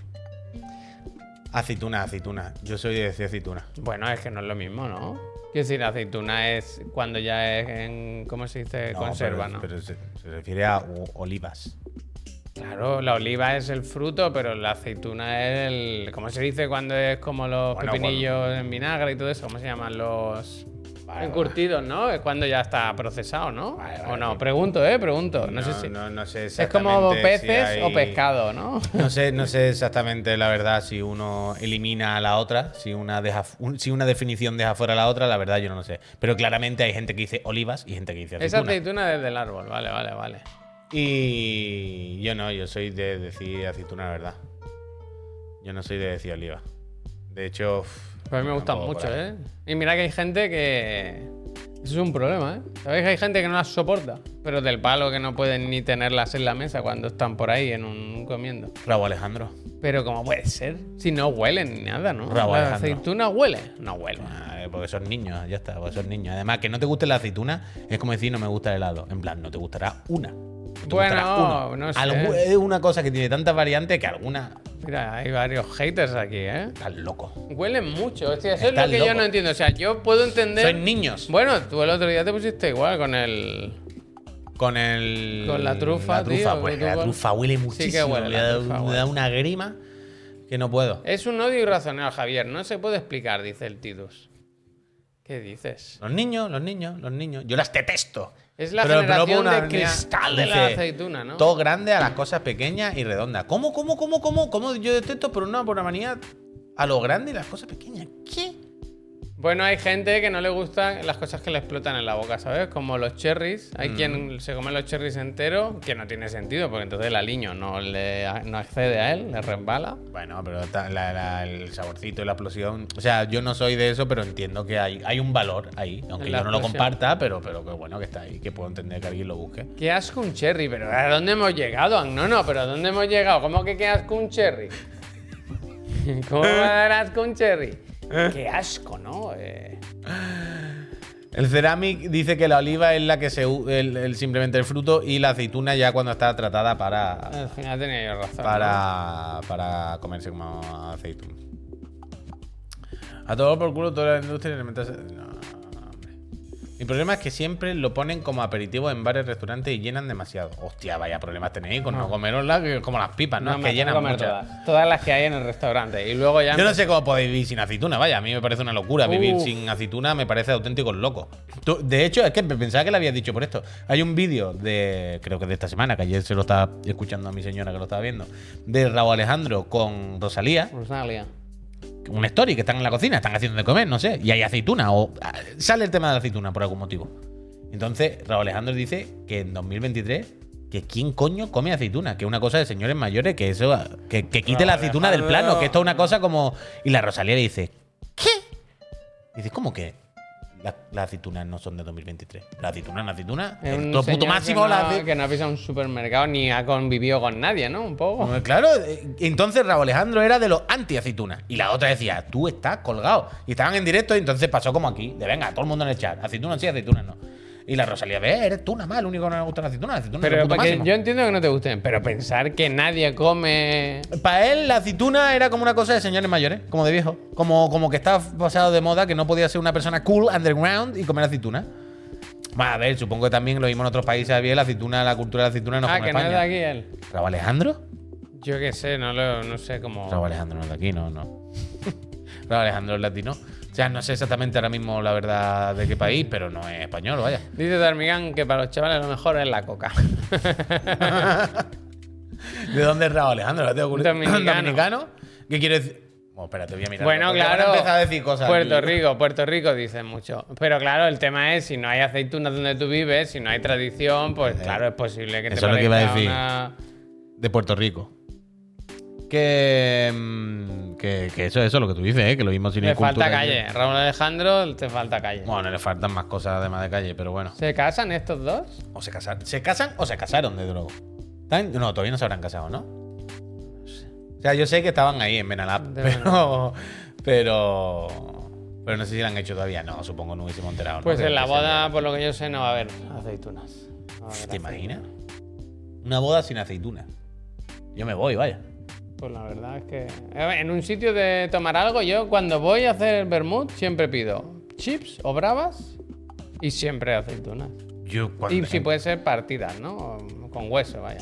A: Aceituna, aceituna. Yo soy de decir aceituna.
B: Bueno, es que no es lo mismo, ¿no? Quiero decir, aceituna es cuando ya es en. ¿Cómo se dice?
A: No,
B: Conserva,
A: pero,
B: ¿no?
A: Pero se, se refiere a o- olivas.
B: Claro, la oliva es el fruto, pero la aceituna es el. ¿Cómo se dice cuando es como los
A: Bueno,
B: pepinillos en vinagre y todo eso? ¿Cómo se llaman los.
A: Vale,
B: encurtidos, ¿no? Es cuando ya está procesado, ¿no?
A: Vale,
B: o
A: vale,
B: no,
A: pues-
B: pregunto, ¿eh? Pregunto. No, sé si.
A: No, no sé
B: es como
A: exactamente si
B: peces
A: hay-
B: o pescado, ¿no?
A: No sé, no sé exactamente la verdad si uno elimina a la otra, si una, deja, un- si una definición deja fuera a la otra, la verdad yo no lo sé. Pero claramente hay gente que dice olivas y gente que dice
B: Es
A: aceituna.
B: aceituna desde el árbol, vale, vale, vale.
A: Y yo no, yo soy de decir aceituna, la verdad. Yo no soy de decir oliva. De hecho, uf,
B: Pero Pues a mí me gustan
A: tampoco
B: mucho,
A: por ahí.
B: ¿eh? Y mira que hay gente que. Eso es un problema, ¿eh? Sabéis que hay gente que no las soporta, pero del palo que no pueden ni tenerlas en la mesa cuando están por ahí en un comiendo.
A: Raúl Alejandro.
B: Pero ¿cómo puede ser? Si no huelen ni nada, ¿no?
A: Bravo,
B: la
A: Alejandro.
B: aceituna huele. No huele.
A: Ah, eh, porque son niños, ya está, porque son niños. Además, que no te guste la aceituna es como decir no me gusta el helado. En plan, no te gustará una. Te
B: Bueno,
A: gustará uno.
B: no sé.
A: Algu- es una cosa que tiene tantas variantes que alguna
B: Mira, hay varios haters aquí, ¿eh?
A: estás loco.
B: Huelen mucho. Hostia, eso es
A: Están
B: lo que yo
A: locos.
B: no entiendo. O sea, yo puedo entender.
A: Sois niños.
B: Bueno, tú el otro día te pusiste igual con el.
A: Con el.
B: Con la trufa,
A: La trufa,
B: tío,
A: pues,
B: que tú
A: la
B: con-
A: trufa huele muchísimo.
B: huele
A: me,
B: la
A: da,
B: trufa,
A: me
B: huele.
A: da una grima que no puedo.
B: Es un odio irracional, Javier. No se puede explicar, dice el Tidus. ¿Qué dices?
A: Los niños, los niños, los niños. Yo las detesto.
B: Es la
A: Pero
B: generación
A: propongo
B: de
A: una-
B: cristal de la
A: dice,
B: aceituna, ¿no?
A: Todo grande a las cosas pequeñas y redondas. ¿Cómo, cómo, cómo, cómo? ¿Cómo yo detesto por una, por una manía a lo grande y las cosas pequeñas? ¿Qué?
B: Bueno, hay gente que no le gustan las cosas que le explotan en la boca, ¿sabes? Como los cherries.
A: Mm.
B: Hay quien se come los cherries enteros, que no tiene sentido, porque entonces el aliño no, le, no accede a él, le resbala.
A: Bueno, pero ta- la- la- el saborcito y la explosión. O sea, yo no soy de eso, pero entiendo que hay, hay un valor ahí. Aunque
B: La
A: yo no lo
B: explosión.
A: comparta, pero, pero que bueno que está ahí, que puedo entender que alguien lo busque.
B: Qué asco un cherry, pero ¿a dónde hemos llegado? No, no, pero ¿a dónde hemos llegado? ¿Cómo que qué asco un cherry? <laughs> ¿Cómo va a dar asco un cherry?
A: ¿Eh?
B: Qué asco, ¿no? Eh,
A: El ceramic dice que la oliva es la que se u- el- el- simplemente el fruto y la aceituna ya cuando está tratada para
B: al final tenía yo razón. ¿no?
A: para, para comerse como aceituna. A todo por culo toda la industria alimentaria. No, hombre. Mi problema es que siempre lo ponen como aperitivo en bares, restaurantes y llenan demasiado. Hostia, vaya problemas tenéis con no, comeroslas que- como las pipas, ¿no?
B: No,
A: Es
B: me
A: que
B: las
A: llenan
B: tengo que comer
A: muchas.
B: todas. Todas las que hay en el restaurante. Y luego ya.
A: Yo no sé cómo podéis vivir sin aceituna, vaya, a mí me parece una locura vivir
B: Uf.
A: sin aceituna, me parece auténtico loco. Tú- de hecho, es que pensaba que le habías dicho por esto. Hay un vídeo de, creo que de esta semana, que ayer se lo estaba escuchando a mi señora que lo estaba viendo, de Raúl Alejandro con Rosalía,
B: Rosalia.
A: una story que están en la cocina, están haciendo de comer, no sé, y hay aceituna, o ah, sale el tema de la aceituna por algún motivo. Entonces, Raúl Alejandro dice que en 2023, que quién coño come aceituna, que es una cosa de señores mayores, que eso, ah, que, que quite la
B: Raúl
A: aceituna del
B: Alejandro.
A: plano, que esto es una cosa como... Y la Rosalía le dice, ¿qué? Dice, ¿cómo que? La- las aceitunas no son de 2023. La aceituna, la aceituna.
B: Es un
A: lo puto
B: señor
A: máximo
B: que no,
A: la ace-
B: que no ha pisado un supermercado ni ha convivido con nadie, ¿no? Un poco.
A: Pues Claro, eh, entonces Raúl Alejandro era de los anti-aceitunas. Y la otra decía, tú estás colgado. Y estaban en directo y entonces pasó como aquí. De venga, todo el mundo en el chat. Aceitunas sí, aceitunas no. Y la Rosalía, ve, eres tú nada más, el único que no le gusta la aceituna. La aceituna es
B: Pero
A: el puto
B: porque
A: máximo".
B: yo entiendo que no te gusten, pero pensar que nadie come.
A: Para él, la aceituna era como una cosa de señores mayores, como de viejo. Como, como que estaba pasado de moda, que no podía ser una persona cool, underground y comer aceituna. Bueno, a ver, supongo que también lo vimos en otros países, había la aceituna, la cultura de la aceituna no es
B: ah,
A: como
B: que
A: en
B: no es de
A: España.
B: aquí él.
A: ¿Raúl Alejandro?
B: Yo qué sé, no, lo, no sé cómo.
A: Raúl Alejandro no es de aquí, no, no. <laughs> Raúl Alejandro es latino. O sea, no sé exactamente ahora mismo la verdad de qué país, pero no es español, vaya.
B: Dice Darmigán que para los chavales lo mejor es la
A: <laughs>
B: coca.
A: ¿De dónde es Raúl Alejandro? ¿Lo tengo curioso?
B: Dominicano.
A: ¿Dominicano? ¿Qué quiere decir? Bueno, espérate, voy a mirar.
B: Bueno, claro.
A: Empezar a decir cosas.
B: Puerto Rico, Puerto Rico dicen mucho. Pero claro, el tema es si no hay aceitunas donde tú vives, si no hay tradición, pues claro, es posible que te
A: Eh, Eso es lo que iba a
B: parezca
A: decir.
B: una-
A: de Puerto Rico. Que, mm, Que, que eso, eso es lo que tú dices, ¿eh? que lo mismo sin
B: Le falta calle. Raúl Alejandro, te falta calle.
A: Bueno, le faltan más cosas además de calle, pero bueno.
B: ¿Se casan estos dos?
A: O se casaron. ¿Se casan o se casaron de drogo? ¿Están- No, todavía no se habrán casado, ¿no? O sea, yo sé que estaban ahí en Benalap,
B: De
A: pero. Pero. Pero no sé si la han hecho todavía. No, supongo no hubiésemos enterado. ¿no?
B: Pues
A: Creo
B: en la
A: que
B: boda, por lo que yo sé, no va a haber aceitunas. No va a
A: se-
B: haber
A: ¿Te
B: aceitunas.
A: imaginas? Una boda sin aceituna. Yo me voy, vaya.
B: Pues la verdad es que. A ver, En un sitio de tomar algo, yo cuando voy a hacer el vermut siempre pido chips o bravas y siempre aceitunas.
A: Yo cuando-
B: Y si puede ser partidas, ¿no? O Con hueso, vaya.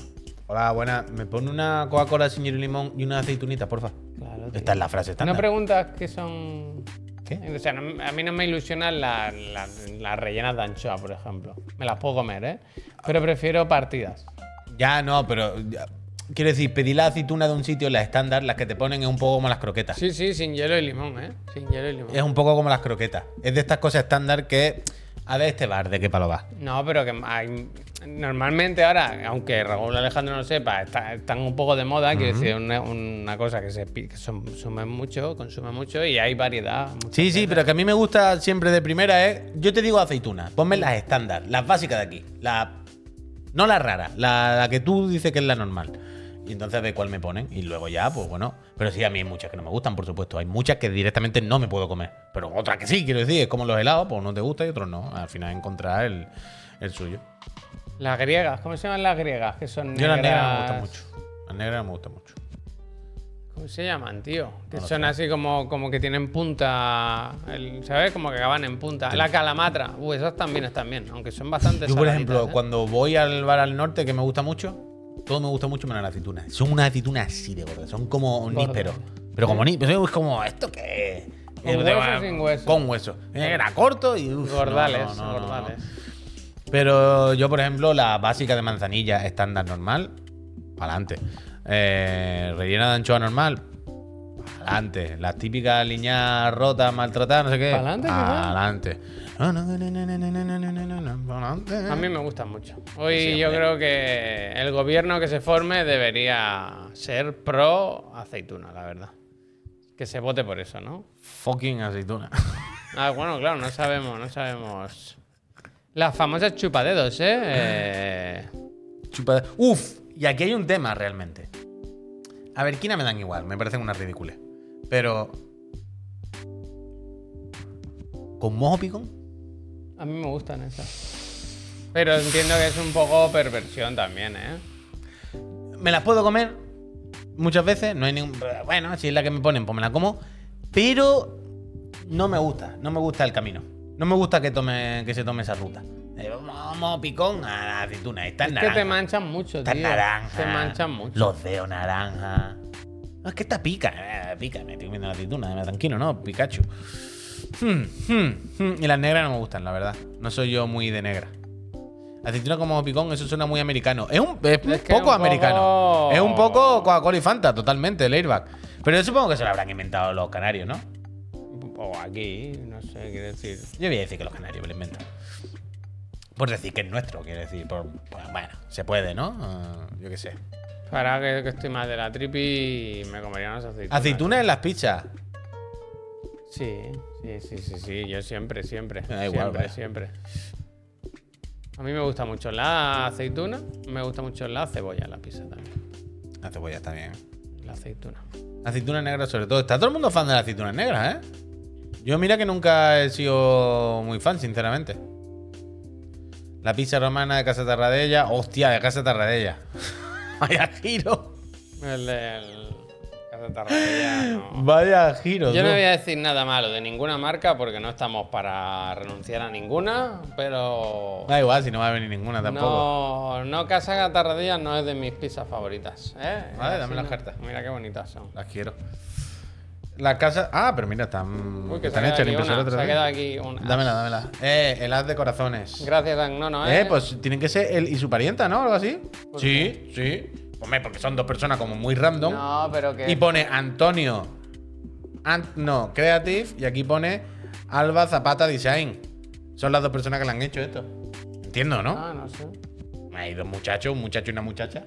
A: Hola, buena. ¿Me pone una Coca-Cola sin hielo y limón y una aceitunita, porfa?
B: Claro, tío.
A: Esta es la frase
B: No
A: estándar.
B: preguntas que son.
A: ¿Qué?
B: O sea, no- a mí no me ilusionan la- la- las rellenas de anchoa, por ejemplo. Me las puedo comer, ¿eh? Pero prefiero partidas.
A: Ya, no, pero. ya- Quiero decir, pedir la aceituna de un sitio, la estándar, las que te ponen es un poco como las croquetas.
B: Sí, sí, sin hielo y limón, ¿eh? Sin hielo y limón.
A: Es un poco como las croquetas. Es de estas cosas estándar que. A ver, este bar, ¿de qué palo va?
B: No, pero que hay- normalmente ahora, aunque Raúl Alejandro no lo sepa, está- están un poco de moda, quiero decir, una, una cosa que se pi- que son- sumen mucho, consumen mucho y hay variedad. mucha
A: Sí, sí, pero que a mí me gusta siempre de primera es. Yo te digo aceituna, ponme las estándar, las básicas de aquí. La, no las raras, la, la que tú dices que es la normal. Y entonces de cuál me ponen. Y luego ya, pues bueno. Pero sí, a mí hay muchas que no me gustan, por supuesto. Hay muchas que directamente no me puedo comer. Pero otras que sí, quiero decir. Es como los helados, pues uno te gusta y otros no. Al final encontrar el, el suyo.
B: Las griegas, ¿cómo se llaman las griegas? Que son
A: Yo las negras no me
B: negras-
A: gustan mucho. Las negras no me gustan mucho.
B: ¿Cómo se llaman, tío? Que son así como, como que tienen punta, el- ¿sabes? Como que acaban en punta. La calamatra, uh, esas también están bien, aunque son bastante
A: Yo, por
B: saladitas,
A: ejemplo,
B: ¿eh?
A: cuando voy al bar al norte, que me gusta mucho, todo me gusta mucho menos las aceitunas. Son unas aceitunas así de gordas, son como
B: Gordas.
A: nísperos. Pero como nísperos, es como, ¿esto qué es?
B: ¿Con
A: Eh,
B: hueso
A: va-
B: o sin hueso?
A: Con hueso. Mira que Era corto y. uf, no,
B: Gordales,
A: no, no, no, no.
B: gordales.
A: Pero yo, por ejemplo, la básica de manzanilla estándar normal, para adelante. rellena de anchoa normal, para adelante. Las típicas líneas rotas, maltratadas, no sé qué.
B: Pa'lante, ¿qué tal?
A: Adelante.
B: A mí me gustan mucho. Hoy yo creo que el gobierno que se forme debería ser pro aceituna, la verdad. Que se vote por eso, ¿no?
A: Fucking aceituna. <laughs>
B: Ah, bueno, claro, no sabemos, no sabemos. Las famosas chupadedos, ¿eh? Eh,
A: Chupada. Uf, y aquí hay un tema realmente. A Berkina me dan igual, me parecen unas ridículas. Pero. ¿Con mojo picón?
B: a mí me gustan esas. Pero entiendo que es un poco perversión también, ¿eh?
A: Me las puedo comer muchas veces, no hay ningún. Bueno, si es la que me ponen, pues me la como. Pero no me gusta, no me gusta el camino. No me gusta que, tome, que se tome esa ruta. Eh, Mojo picón a la aceituna, está
B: Es
A: en
B: que te
A: naranja.
B: manchan mucho,
A: Está
B: tío.
A: naranja.
B: Te manchan mucho.
A: Los dedos naranja. No, es que esta pica. eh, Pica, me estoy comiendo la aceituna. eh, Tranquilo, ¿no? Pikachu. Hmm, hmm, hmm. Y las negras no me gustan, la verdad. No soy yo muy de negra. Aceituna como picón, eso suena muy americano. Es un es un
B: Es que
A: poco
B: un
A: americano.
B: poco-
A: Es un poco Coca-Cola y Fanta, totalmente, el airbag. Pero yo supongo que se lo habrán inventado los canarios, ¿no?
B: O aquí, no sé, quiero decir.
A: Yo voy a decir que los canarios me lo inventan. Por decir que es nuestro, quiero decir. por- bueno, se puede, ¿no? Ah, yo qué sé.
B: Para que, que estoy más de la tripi, me comería unas aceitunas.
A: Aceitunas en las pizzas.
B: Sí, sí, sí, sí, sí, yo siempre, siempre.
A: Me da Ah, igual,
B: siempre,
A: vaya.
B: siempre. A mí me gusta mucho la aceituna, me gusta mucho la cebolla, en la pizza también.
A: La cebolla está bien.
B: La aceituna.
A: Aceitunas negras sobre todo. Está todo el mundo fan de las aceitunas negras, ¿eh? Yo mira que nunca he sido muy fan, sinceramente. La pizza romana de Casa Tarradella. Hostia, de Casa Tarradella. <laughs> Vaya giro.
B: El, el- la tarragella, no.
A: Vaya giro.
B: Yo no
A: tú.
B: voy a decir nada malo de ninguna marca porque no estamos para renunciar a ninguna, pero
A: Da igual si no va a venir ninguna tampoco.
B: No, no Casa Gatarradilla no es de mis pizzas favoritas. ¿eh?
A: Vale, dame
B: Así
A: las
B: no.
A: cartas.
B: Mira qué bonitas son.
A: Las quiero. La casa. Ah, pero mira, están,
B: Uy, que se ha quedado
A: están hechas. el
B: aquí
A: impresor
B: una.
A: otra
B: Se ha
A: vez.
B: quedado aquí una.
A: Dámela, dámela. Eh, el haz de corazones.
B: Gracias, Agnono, ¿eh?
A: Eh, pues tienen que ser él y su parienta, ¿no? Algo así. Sí, sí. Hombre, porque son dos personas como muy random.
B: No, pero que.
A: Y pone Antonio. Ant- no, Creative. Y aquí pone Alba Zapata Design. Son las dos personas que le han hecho esto. Entiendo, ¿no?
B: Ah, no sé.
A: Hay dos muchachos, un muchacho y una muchacha.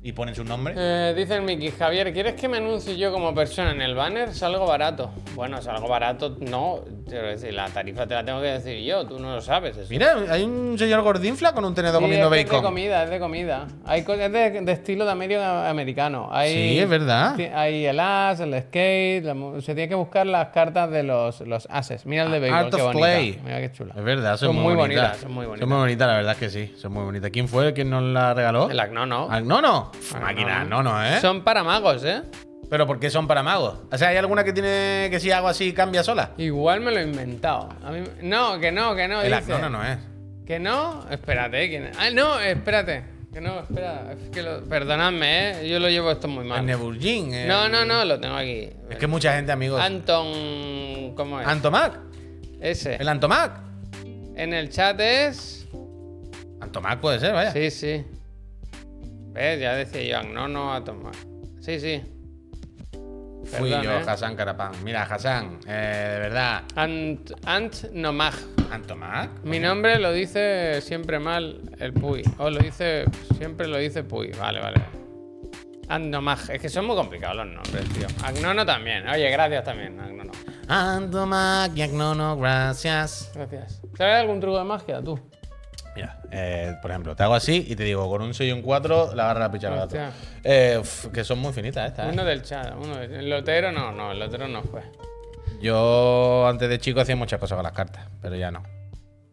A: y ponen su nombre.
B: Eh, dice el Mickey, Javier, ¿quieres que me anuncie yo como persona en el banner? Salgo barato. Bueno, salgo barato, no. Quiero decir, la tarifa te la tengo que decir yo, tú no lo sabes. Eso.
A: Mira, hay un señor gordinfla con un tenedor
B: Sí,
A: comiendo
B: es que Es de
A: bacon.
B: comida, es de comida. Hay co- es de, de estilo de medio americano. Hay,
A: Sí, es verdad.
B: ti- Hay el as, el skate. la mu- se tiene que buscar las cartas de los, los ases. Mira el de béisbol,
A: Ah, Art
B: qué
A: of
B: bonita.
A: Play.
B: Mira qué chula.
A: Es verdad, son,
B: Son
A: muy,
B: muy
A: bonitas.
B: bonitas, son muy bonitas.
A: Son muy bonitas, la verdad es que sí, son muy bonitas. ¿Quién fue el que nos la regaló?
B: El agnono.
A: Al nono. Máquina, Ah, no, no, ¿eh?
B: Ah, Son para magos, ¿eh?
A: Pero ¿por qué son para magos? O sea, ¿hay alguna que tiene que si hago así cambia sola?
B: Igual me lo he inventado. A mí- no, que no, que no.
A: El
B: dice.
A: agnono no es.
B: Que no, espérate, ¿quién es? Ah, no, espérate. Que no, espera. Es que lo- perdonadme, ¿eh? Yo lo llevo esto muy
A: El
B: mal.
A: Neburgin. eh.
B: No, no, no, lo tengo aquí.
A: Es que mucha gente, amigos.
B: Anton. ¿Cómo es?
A: Antomac.
B: Ese.
A: El Antomac.
B: En el chat es.
A: Antomac puede ser, vaya.
B: Sí, sí. ¿Ves? Ya decía yo, no, no, a tomar. Sí, sí.
A: Fui
B: Perdón,
A: yo,
B: ¿eh?
A: Hassan Carapán. Mira, Hassan, eh, de verdad.
B: Ant, Ant Nomag.
A: Antomac.
B: Mi nombre lo dice siempre mal el Puy. O lo dice. Siempre lo dice Puy. Vale, vale. Ant Nomag. Es que son muy complicados los nombres, tío. Agnono también. Oye, gracias también, Agnono.
A: Antomac y Agnono, gracias.
B: Gracias. ¿Sabes algún truco de magia, tú?
A: Mira, eh, por ejemplo, te hago así y te digo, con un 6 y un 4, la agarra la picha al
B: Hostia.
A: gato. Eh, uf, que son muy finitas estas.
B: Uno
A: ¿eh?
B: del chat, uno del... El lotero no, no, el lotero no fue.
A: Yo antes de chico hacía muchas cosas con las cartas, pero ya no.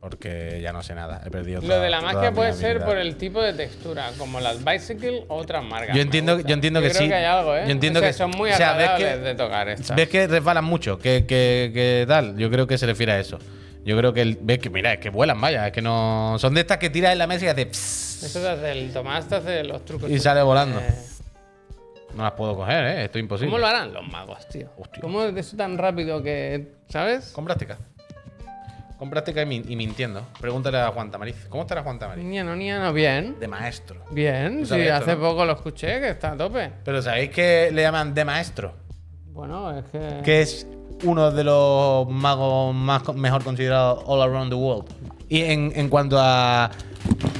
A: Porque ya no sé nada. He perdido
B: Lo
A: toda-
B: de la
A: toda
B: magia
A: mi
B: puede ser
A: habilidad.
B: por el tipo de textura, como las Bicycle o otras marcas.
A: Yo
B: me
A: entiendo,
B: gusta.
A: yo entiendo que
B: creo
A: sí.
B: Que hay algo, ¿eh?
A: Yo entiendo
B: O sea,
A: que
B: son muy
A: o sea, ves que-
B: agradables de tocar estas.
A: Ves que resbalan mucho, que, que, que tal. Yo creo que se refiere a eso. Yo creo que el- ves que, mira, es que vuelan, vaya, es que no. Son de estas que tiras en la mesa y hace pss,
B: Eso te hace el Tomás, te hace los trucos.
A: y sale volando.
B: Eh,
A: No las puedo coger, eh. Esto es imposible.
B: ¿Cómo lo harán los magos, tío?
A: Hostia.
B: ¿Cómo es eso tan rápido que. ¿Sabes?
A: Con práctica. Con práctica y, min- y mintiendo. Pregúntale a Juan Tamariz. ¿Cómo estará Juan Tamariz?
B: Niña, no, niña, no. Bien.
A: De maestro.
B: Bien,
A: Tú
B: sí,
A: sabías esto,
B: hace
A: Pues ¿no?
B: poco lo escuché, que está a tope.
A: Pero ¿sabéis que le llaman de maestro?
B: Bueno, es que.
A: Que es uno de los magos más co- mejor considerados all around the world. Y en, en cuanto a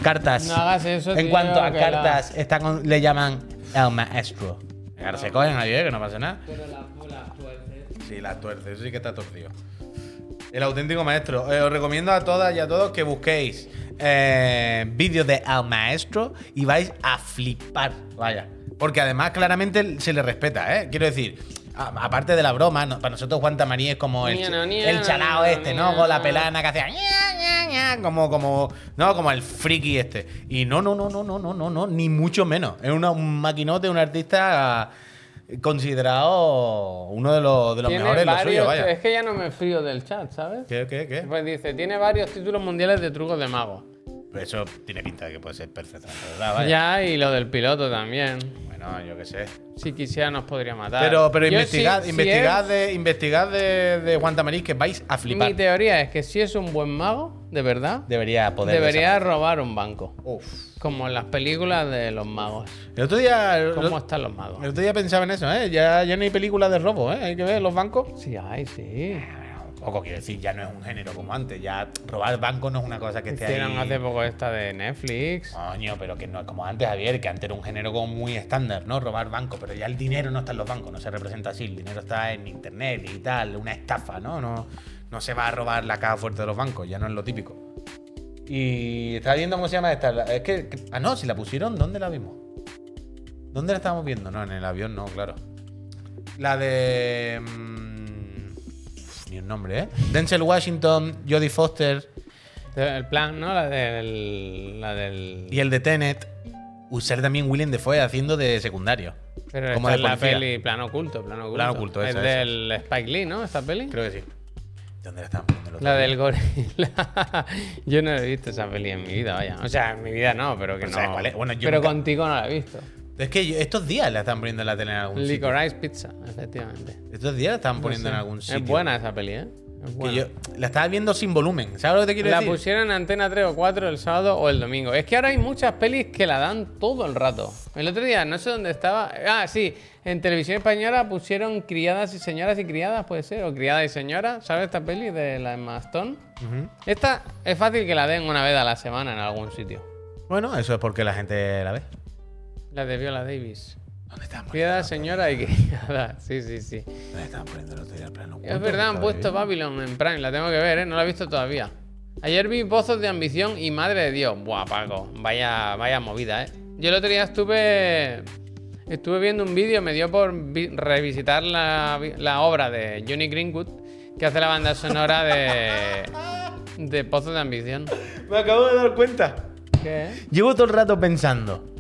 A: cartas.
B: No hagas eso,
A: En
B: tío,
A: cuanto a
B: que la-
A: cartas, está con- le llaman el maestro. Ahora se cogen ayer, que no pasa nada.
B: Pero las bolas fuertes.
A: Sí, la tuerce, eso sí que está torcido. El auténtico maestro. Eh, os recomiendo a todas y a todos que busquéis eh, vídeos de al maestro y vais a flipar. Vaya. Porque además, claramente se le respeta, ¿eh? Quiero decir, a- aparte de la broma, no- para nosotros Juan Tamarí es como el,
B: Ni
A: ch-
B: no, ni
A: el
B: no,
A: chalao
B: ni no,
A: este,
B: ni
A: ¿no?
B: no.
A: Con la pelana que hacía. ña, ña, ña, Como, como, no, como el friki este. Y no, no, no, no, no, no, no, no, ni mucho menos. Es una- un maquinote, un artista considerado uno de los, de los
B: Tiene
A: mejores en lo
B: varios.
A: suyo, vaya.
B: Es que ya no me frío del chat, ¿sabes?
A: ¿Qué, qué, qué?
B: Pues dice, tiene varios títulos mundiales de trucos de mago.
A: Eso tiene pinta de que puede ser perfecto, la ¿verdad? Vaya.
B: Ya, y lo del piloto también.
A: Bueno, yo qué sé.
B: Si quisiera nos podría matar.
A: Pero, pero
B: Yo sí-
A: investigad,
B: si
A: investigad,
B: es-
A: de, investigad de, de Juan Tamariz que vais a flipar.
B: Mi teoría es que si es un buen mago, de verdad,
A: Debería poder.
B: debería robar un banco.
A: desarrollar. Uf.
B: Como en las películas de los magos.
A: El otro día. El,
B: ¿Cómo
A: el
B: están los magos?
A: otro día pensaba en eso, ¿eh? Ya, ya no hay películas de robo, ¿eh? Hay que ver los bancos.
B: Sí, ay, sí.
A: Un poco, quiero decir, ya no es un género como antes. Ya robar bancos no es una cosa que esté
B: Hicieron
A: ahí.
B: Este hace poco esta de Netflix.
A: Coño, pero que no es como antes, Javier, que antes era un género como muy estándar, ¿no? Robar bancos, pero ya el dinero no está en los bancos, no se representa así, el dinero está en internet y tal, una estafa, ¿no? No, no se va a robar la caja fuerte de los bancos, ya no es lo típico. Y estaba viendo cómo se llama esta. la- Es que. que- Ah, no, si la pusieron, ¿dónde la vimos? ¿Dónde la estábamos viendo? No, en el avión no, claro. La de. mm, ni un nombre, ¿eh? Denzel Washington, Jodie Foster.
B: El plan, ¿no? La del. La del.
A: Y el de Tenet, usar también William Defoe haciendo de secundario.
B: Pero
A: como
B: esta
A: de
B: es la
A: policía.
B: peli plan oculto, plan oculto.
A: Plan oculto,
B: Es
A: esa, esa.
B: del Spike Lee, ¿no? Esta peli.
A: Creo que sí. ¿Dónde la estaban poniendo el otro
B: La
A: día?
B: del gorila. <laughs> Yo no he visto esa peli en mi vida, vaya. O sea, en mi vida no, pero que
A: Pero
B: no.
A: ¿sabes cuál es? Bueno, yo
B: pero
A: nunca-
B: contigo no la he visto.
A: Es que yo- estos días la están poniendo en la tele en algún sitio.
B: Licorice Pizza, efectivamente.
A: Estos días la están poniendo
B: Sí.
A: en algún sitio.
B: Es buena esa peli, ¿eh? Es
A: Que
B: buena.
A: yo- la estaba viendo sin volumen. ¿Sabes lo que te quiero
B: La
A: decir?
B: pusieron en Antena 3 o 4 el sábado o el domingo. Es que ahora hay muchas pelis que la dan todo el rato. El otro día, no sé dónde estaba. Ah, sí, en televisión española pusieron Criadas y Señoras y Criadas, puede ser, o Criadas y Señoras. ¿Sabes esta peli de la Emma Stone? Esta es fácil que la den una vez a la semana en algún sitio.
A: Bueno, eso es porque la gente la ve.
B: La de Viola Davis.
A: ¿Dónde están poniendo?
B: Piedad, señora y <laughs> criada. Sí, sí, sí.
A: ¿Dónde están poniendo el otro día el plano?
B: Es verdad, han puesto Babylon en Prime, la tengo que ver, ¿eh? no la he visto todavía. Ayer vi Pozos de Ambición y Madre de Dios. Buah, Paco, vaya, vaya movida, ¿eh? Yo el otro día estuve estuve viendo un vídeo, me dio por vi- revisitar la, vi- la obra de Johnny Greenwood, que hace la banda sonora de, de Pozos de Ambición.
A: Me acabo de dar cuenta.
B: ¿Qué?
A: Llevo todo el rato pensando.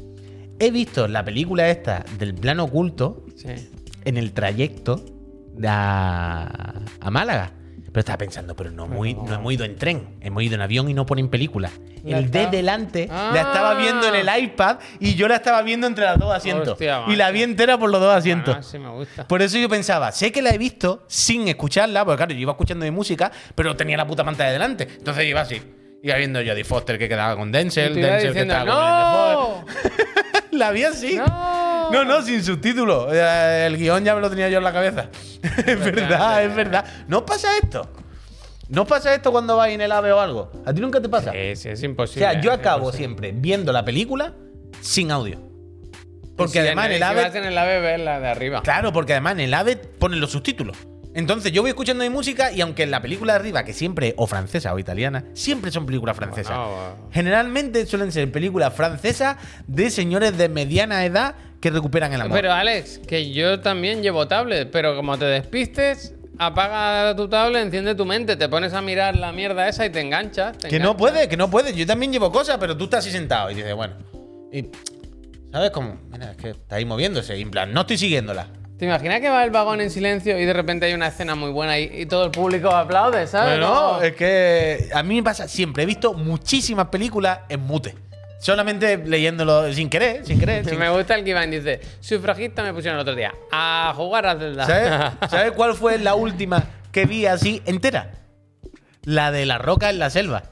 A: He visto la película esta del plano oculto
B: Sí.
A: en el trayecto de a, a Málaga. Pero estaba pensando, pero no, muy, no hemos ido en tren, hemos ido en avión y no ponen película.
B: La
A: el de
B: estaba-
A: delante
B: Ah.
A: la estaba viendo en el iPad y yo la estaba viendo entre los dos asientos.
B: Hostia,
A: y
B: macho.
A: la
B: Ah,
A: vi entera por los dos asientos.
B: Bueno, sí me gusta.
A: Por eso yo pensaba, sé que la he visto sin escucharla, porque claro, yo iba escuchando mi música, pero tenía la puta pantalla delante. Entonces yo iba así. Iba viendo Jodie Foster que quedaba con Denzel,
B: Y te iba
A: Denzel que
B: diciendo,
A: estaba con
B: ¡No!
A: Elizabeth Ford. <laughs> La vi así.
B: ¡No!
A: no, no, sin subtítulo. Eh, El guión ya me lo tenía yo en la cabeza. <laughs> Es verdad, es verdad. ¿No os pasa esto? ¿No os pasa esto cuando vais en el AVE o algo? ¿A ti nunca te pasa?
B: Sí, sí, es
A: O
B: imposible.
A: sea, yo
B: es
A: acabo
B: imposible.
A: siempre viendo la película sin audio. Porque
B: Si
A: además en el
B: si
A: AVE
B: vas en el AVE ves la de arriba.
A: Claro, porque además en el AVE ponen los subtítulos. Entonces yo voy escuchando mi música y aunque en la película de arriba, que siempre, o francesa o italiana, siempre son películas francesas.
B: Bueno, bueno.
A: Generalmente suelen ser películas francesas de señores de mediana edad que recuperan el amor.
B: Pero Alex, que yo también llevo tablet, pero como te despistes, apaga tu tablet, enciende tu mente, te pones a mirar la mierda esa y te enganchas. te
A: que no
B: enganchas.
A: puede, que no puede. Yo también llevo cosas, pero tú estás así sentado y dices, bueno. y- ¿Sabes cómo? Mira, es que está ahí moviéndose. Y en plan, no estoy siguiéndola.
B: ¿Te imaginas que va el vagón en silencio y de repente hay una escena muy buena y, y todo el público aplaude, ¿sabes?
A: Bueno,
B: Como-
A: es que a mí me pasa siempre. He visto muchísimas películas en mute. Solamente leyéndolo sin querer, sin querer.
B: <laughs>
A: sin
B: Me gusta el que Iván dice, sufragista me pusieron el otro día a jugar a Zelda.
A: <laughs> ¿Sabes? ¿Sabes cuál fue la última que vi así entera? La de la roca en la selva.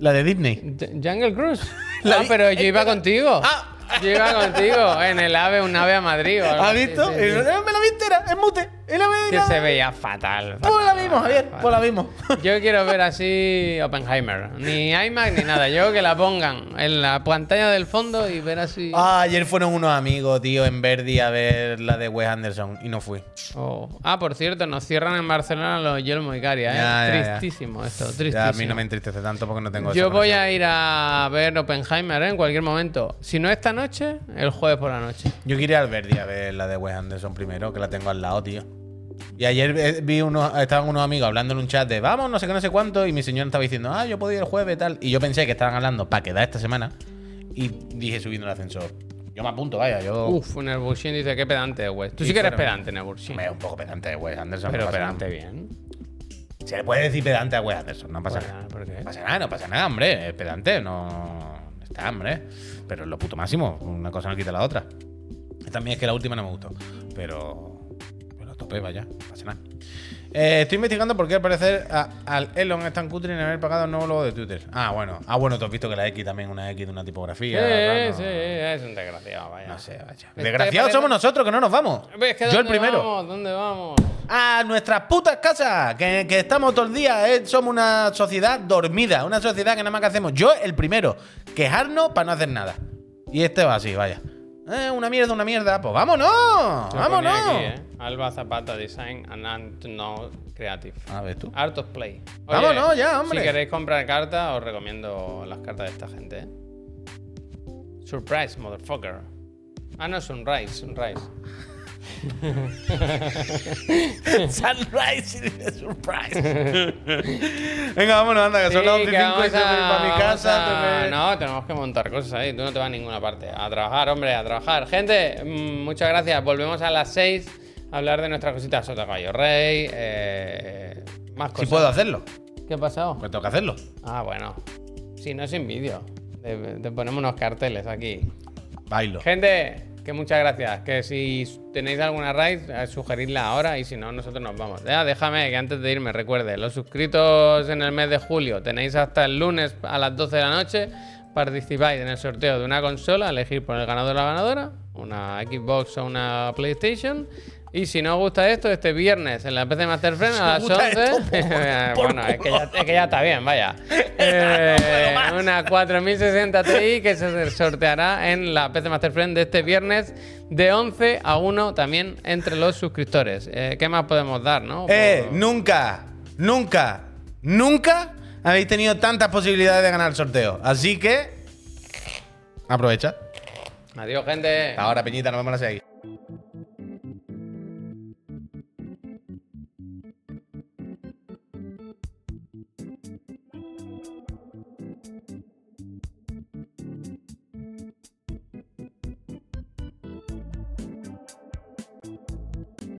A: La de Disney.
B: J- <laughs> Jungle Cruise.
A: <laughs> La
B: ah,
A: vi-
B: pero yo iba
A: espera.
B: contigo.
A: Ah.
B: Yo iba contigo en el AVE, un AVE a Madrid.
A: <laughs>
B: o algo
A: ¿Has
B: así,
A: visto?
B: Ah, sí,
A: Y
B: sí.
A: yo, "Eh, Me la vi entera, en mute. Y la vi-
B: Que
A: la-
B: se veía fatal.
A: Pues la
B: fatal,
A: vimos, Javier.
B: fatal.
A: Pues
B: <laughs>
A: la vimos.
B: Yo quiero ver así Oppenheimer. Ni iMac ni nada. Yo que la pongan en la pantalla del fondo y ver así.
A: Ah, ayer fueron unos amigos, tío, en Verdi a ver la de Wes Anderson y no fui.
B: Oh. Ah, por cierto, nos cierran en Barcelona los Yelmo y Caria, ¿eh?
A: Ya, ya, ya.
B: tristísimo esto, tristísimo.
A: Ya, a mí no me entristece tanto porque no tengo
B: Yo
A: esa
B: voy
A: conexión.
B: a ir a ver Oppenheimer ¿eh? en cualquier momento. Si no esta noche, el jueves por la noche.
A: Yo quería ir al Verdi a ver la de Wes Anderson primero, que la tengo al lado, tío. Y ayer eh, vi unos, estaban unos amigos hablando en un chat de vamos, no sé qué, no sé cuánto, y mi señora estaba diciendo, ah, yo puedo ir el jueves, tal. Y yo pensé que estaban hablando para quedar esta semana. Y dije subiendo el ascensor. Yo me apunto, vaya, yo.
B: Uf, Nerbushin dice qué pedante, güey. Tú
A: Y
B: sí que eres
A: fuera-
B: pedante, Nerbushin.
A: Me es un poco pedante de Wes Anderson.
B: Pero
A: no pasa nada.
B: pedante bien.
A: Se le puede decir pedante a Wes Anderson, no pasa
B: Bueno,
A: nada.
B: ¿por qué?
A: No pasa nada, no pasa nada, hombre. Es pedante, no. Está, hombre. Pero es lo puto máximo. Una cosa no quita la otra. También es que la última no me gustó. Pero. Pero a tope, vaya. No pasa nada. Eh, estoy investigando por qué al parecer a- al Elon es tan cutre en haber pagado el nuevo logo de Twitter. Ah, bueno. Ah, bueno, tú has visto que la X también es una X de una
B: Sí,
A: tipografía. tal, no,
B: sí, es un desgraciado, vaya.
A: No sé, vaya.
B: Este
A: Desgraciados
B: parece-
A: somos nosotros que no nos vamos.
B: Es que
A: Yo el
B: Pues, ¿dónde
A: primero
B: Vamos? ¿Dónde vamos?
A: a nuestras putas casas, que, que estamos todo el día, eh, somos una sociedad dormida, una sociedad que nada más que hacemos. Yo, el primero, quejarnos para no hacer nada. Y este va así, vaya. Eh, una mierda, una mierda. Pues vámonos,
B: Se lo
A: vámonos.
B: ponía aquí, ¿eh? Alba Zapata Design and Ant No Creative.
A: A
B: <laughs>
A: ver tú.
B: Art of Play.
A: Vámonos ya, hombre.
B: Si queréis comprar cartas, os recomiendo las cartas de esta gente. ¿eh? Surprise, motherfucker. Ah, no, Sunrise, Sunrise.
A: Sunrise surprise. <laughs> Venga, vámonos, anda, que son las
B: Sí,
A: 11
B: que
A: y
B: vamos
A: tengo que ir para mi
B: vamos
A: casa.
B: a-
A: tengo que-
B: No, tenemos que montar cosas ahí. Tú no te vas a ninguna parte. A trabajar, hombre, a trabajar. Gente, mm, muchas gracias. Volvemos a las 6 a hablar de nuestras cositas. Sota Caballo Rey. eh, más
A: Si
B: cosas.
A: puedo hacerlo,
B: ¿Qué ha pasado?
A: pues tengo que hacerlo.
B: Ah, bueno. Si no, sin vídeo. Te, te ponemos unos carteles aquí.
A: Bailo.
B: Gente, que muchas gracias. Que si tenéis alguna raid, eh, sugeridla ahora y si no, nosotros nos vamos. Ya, déjame que antes de irme recuerde, los suscritos en el mes de julio tenéis hasta el lunes a las 12 de la noche. Participáis en el sorteo de una consola, elegir por el ganador o la ganadora, una Xbox o una PlayStation. Y si no os gusta esto, este viernes en la PC Master Friend a las
A: <laughs> Si os
B: 11.
A: gusta
B: <laughs>
A: esto, pues, por- por
B: bueno, es que, ya,
A: culo.
B: es que ya está bien, vaya. Eh, una 4060 Ti que se sorteará en la PC Master Friend de este viernes de 11 a 1 también entre los suscriptores. Eh, ¿Qué más podemos dar, no?
A: Eh,
B: Por-
A: nunca, nunca, nunca habéis tenido tantas posibilidades de ganar el sorteo. Así que. Aprovecha.
B: Adiós, gente.
A: Ahora, Peñita, nos vemos en la 6.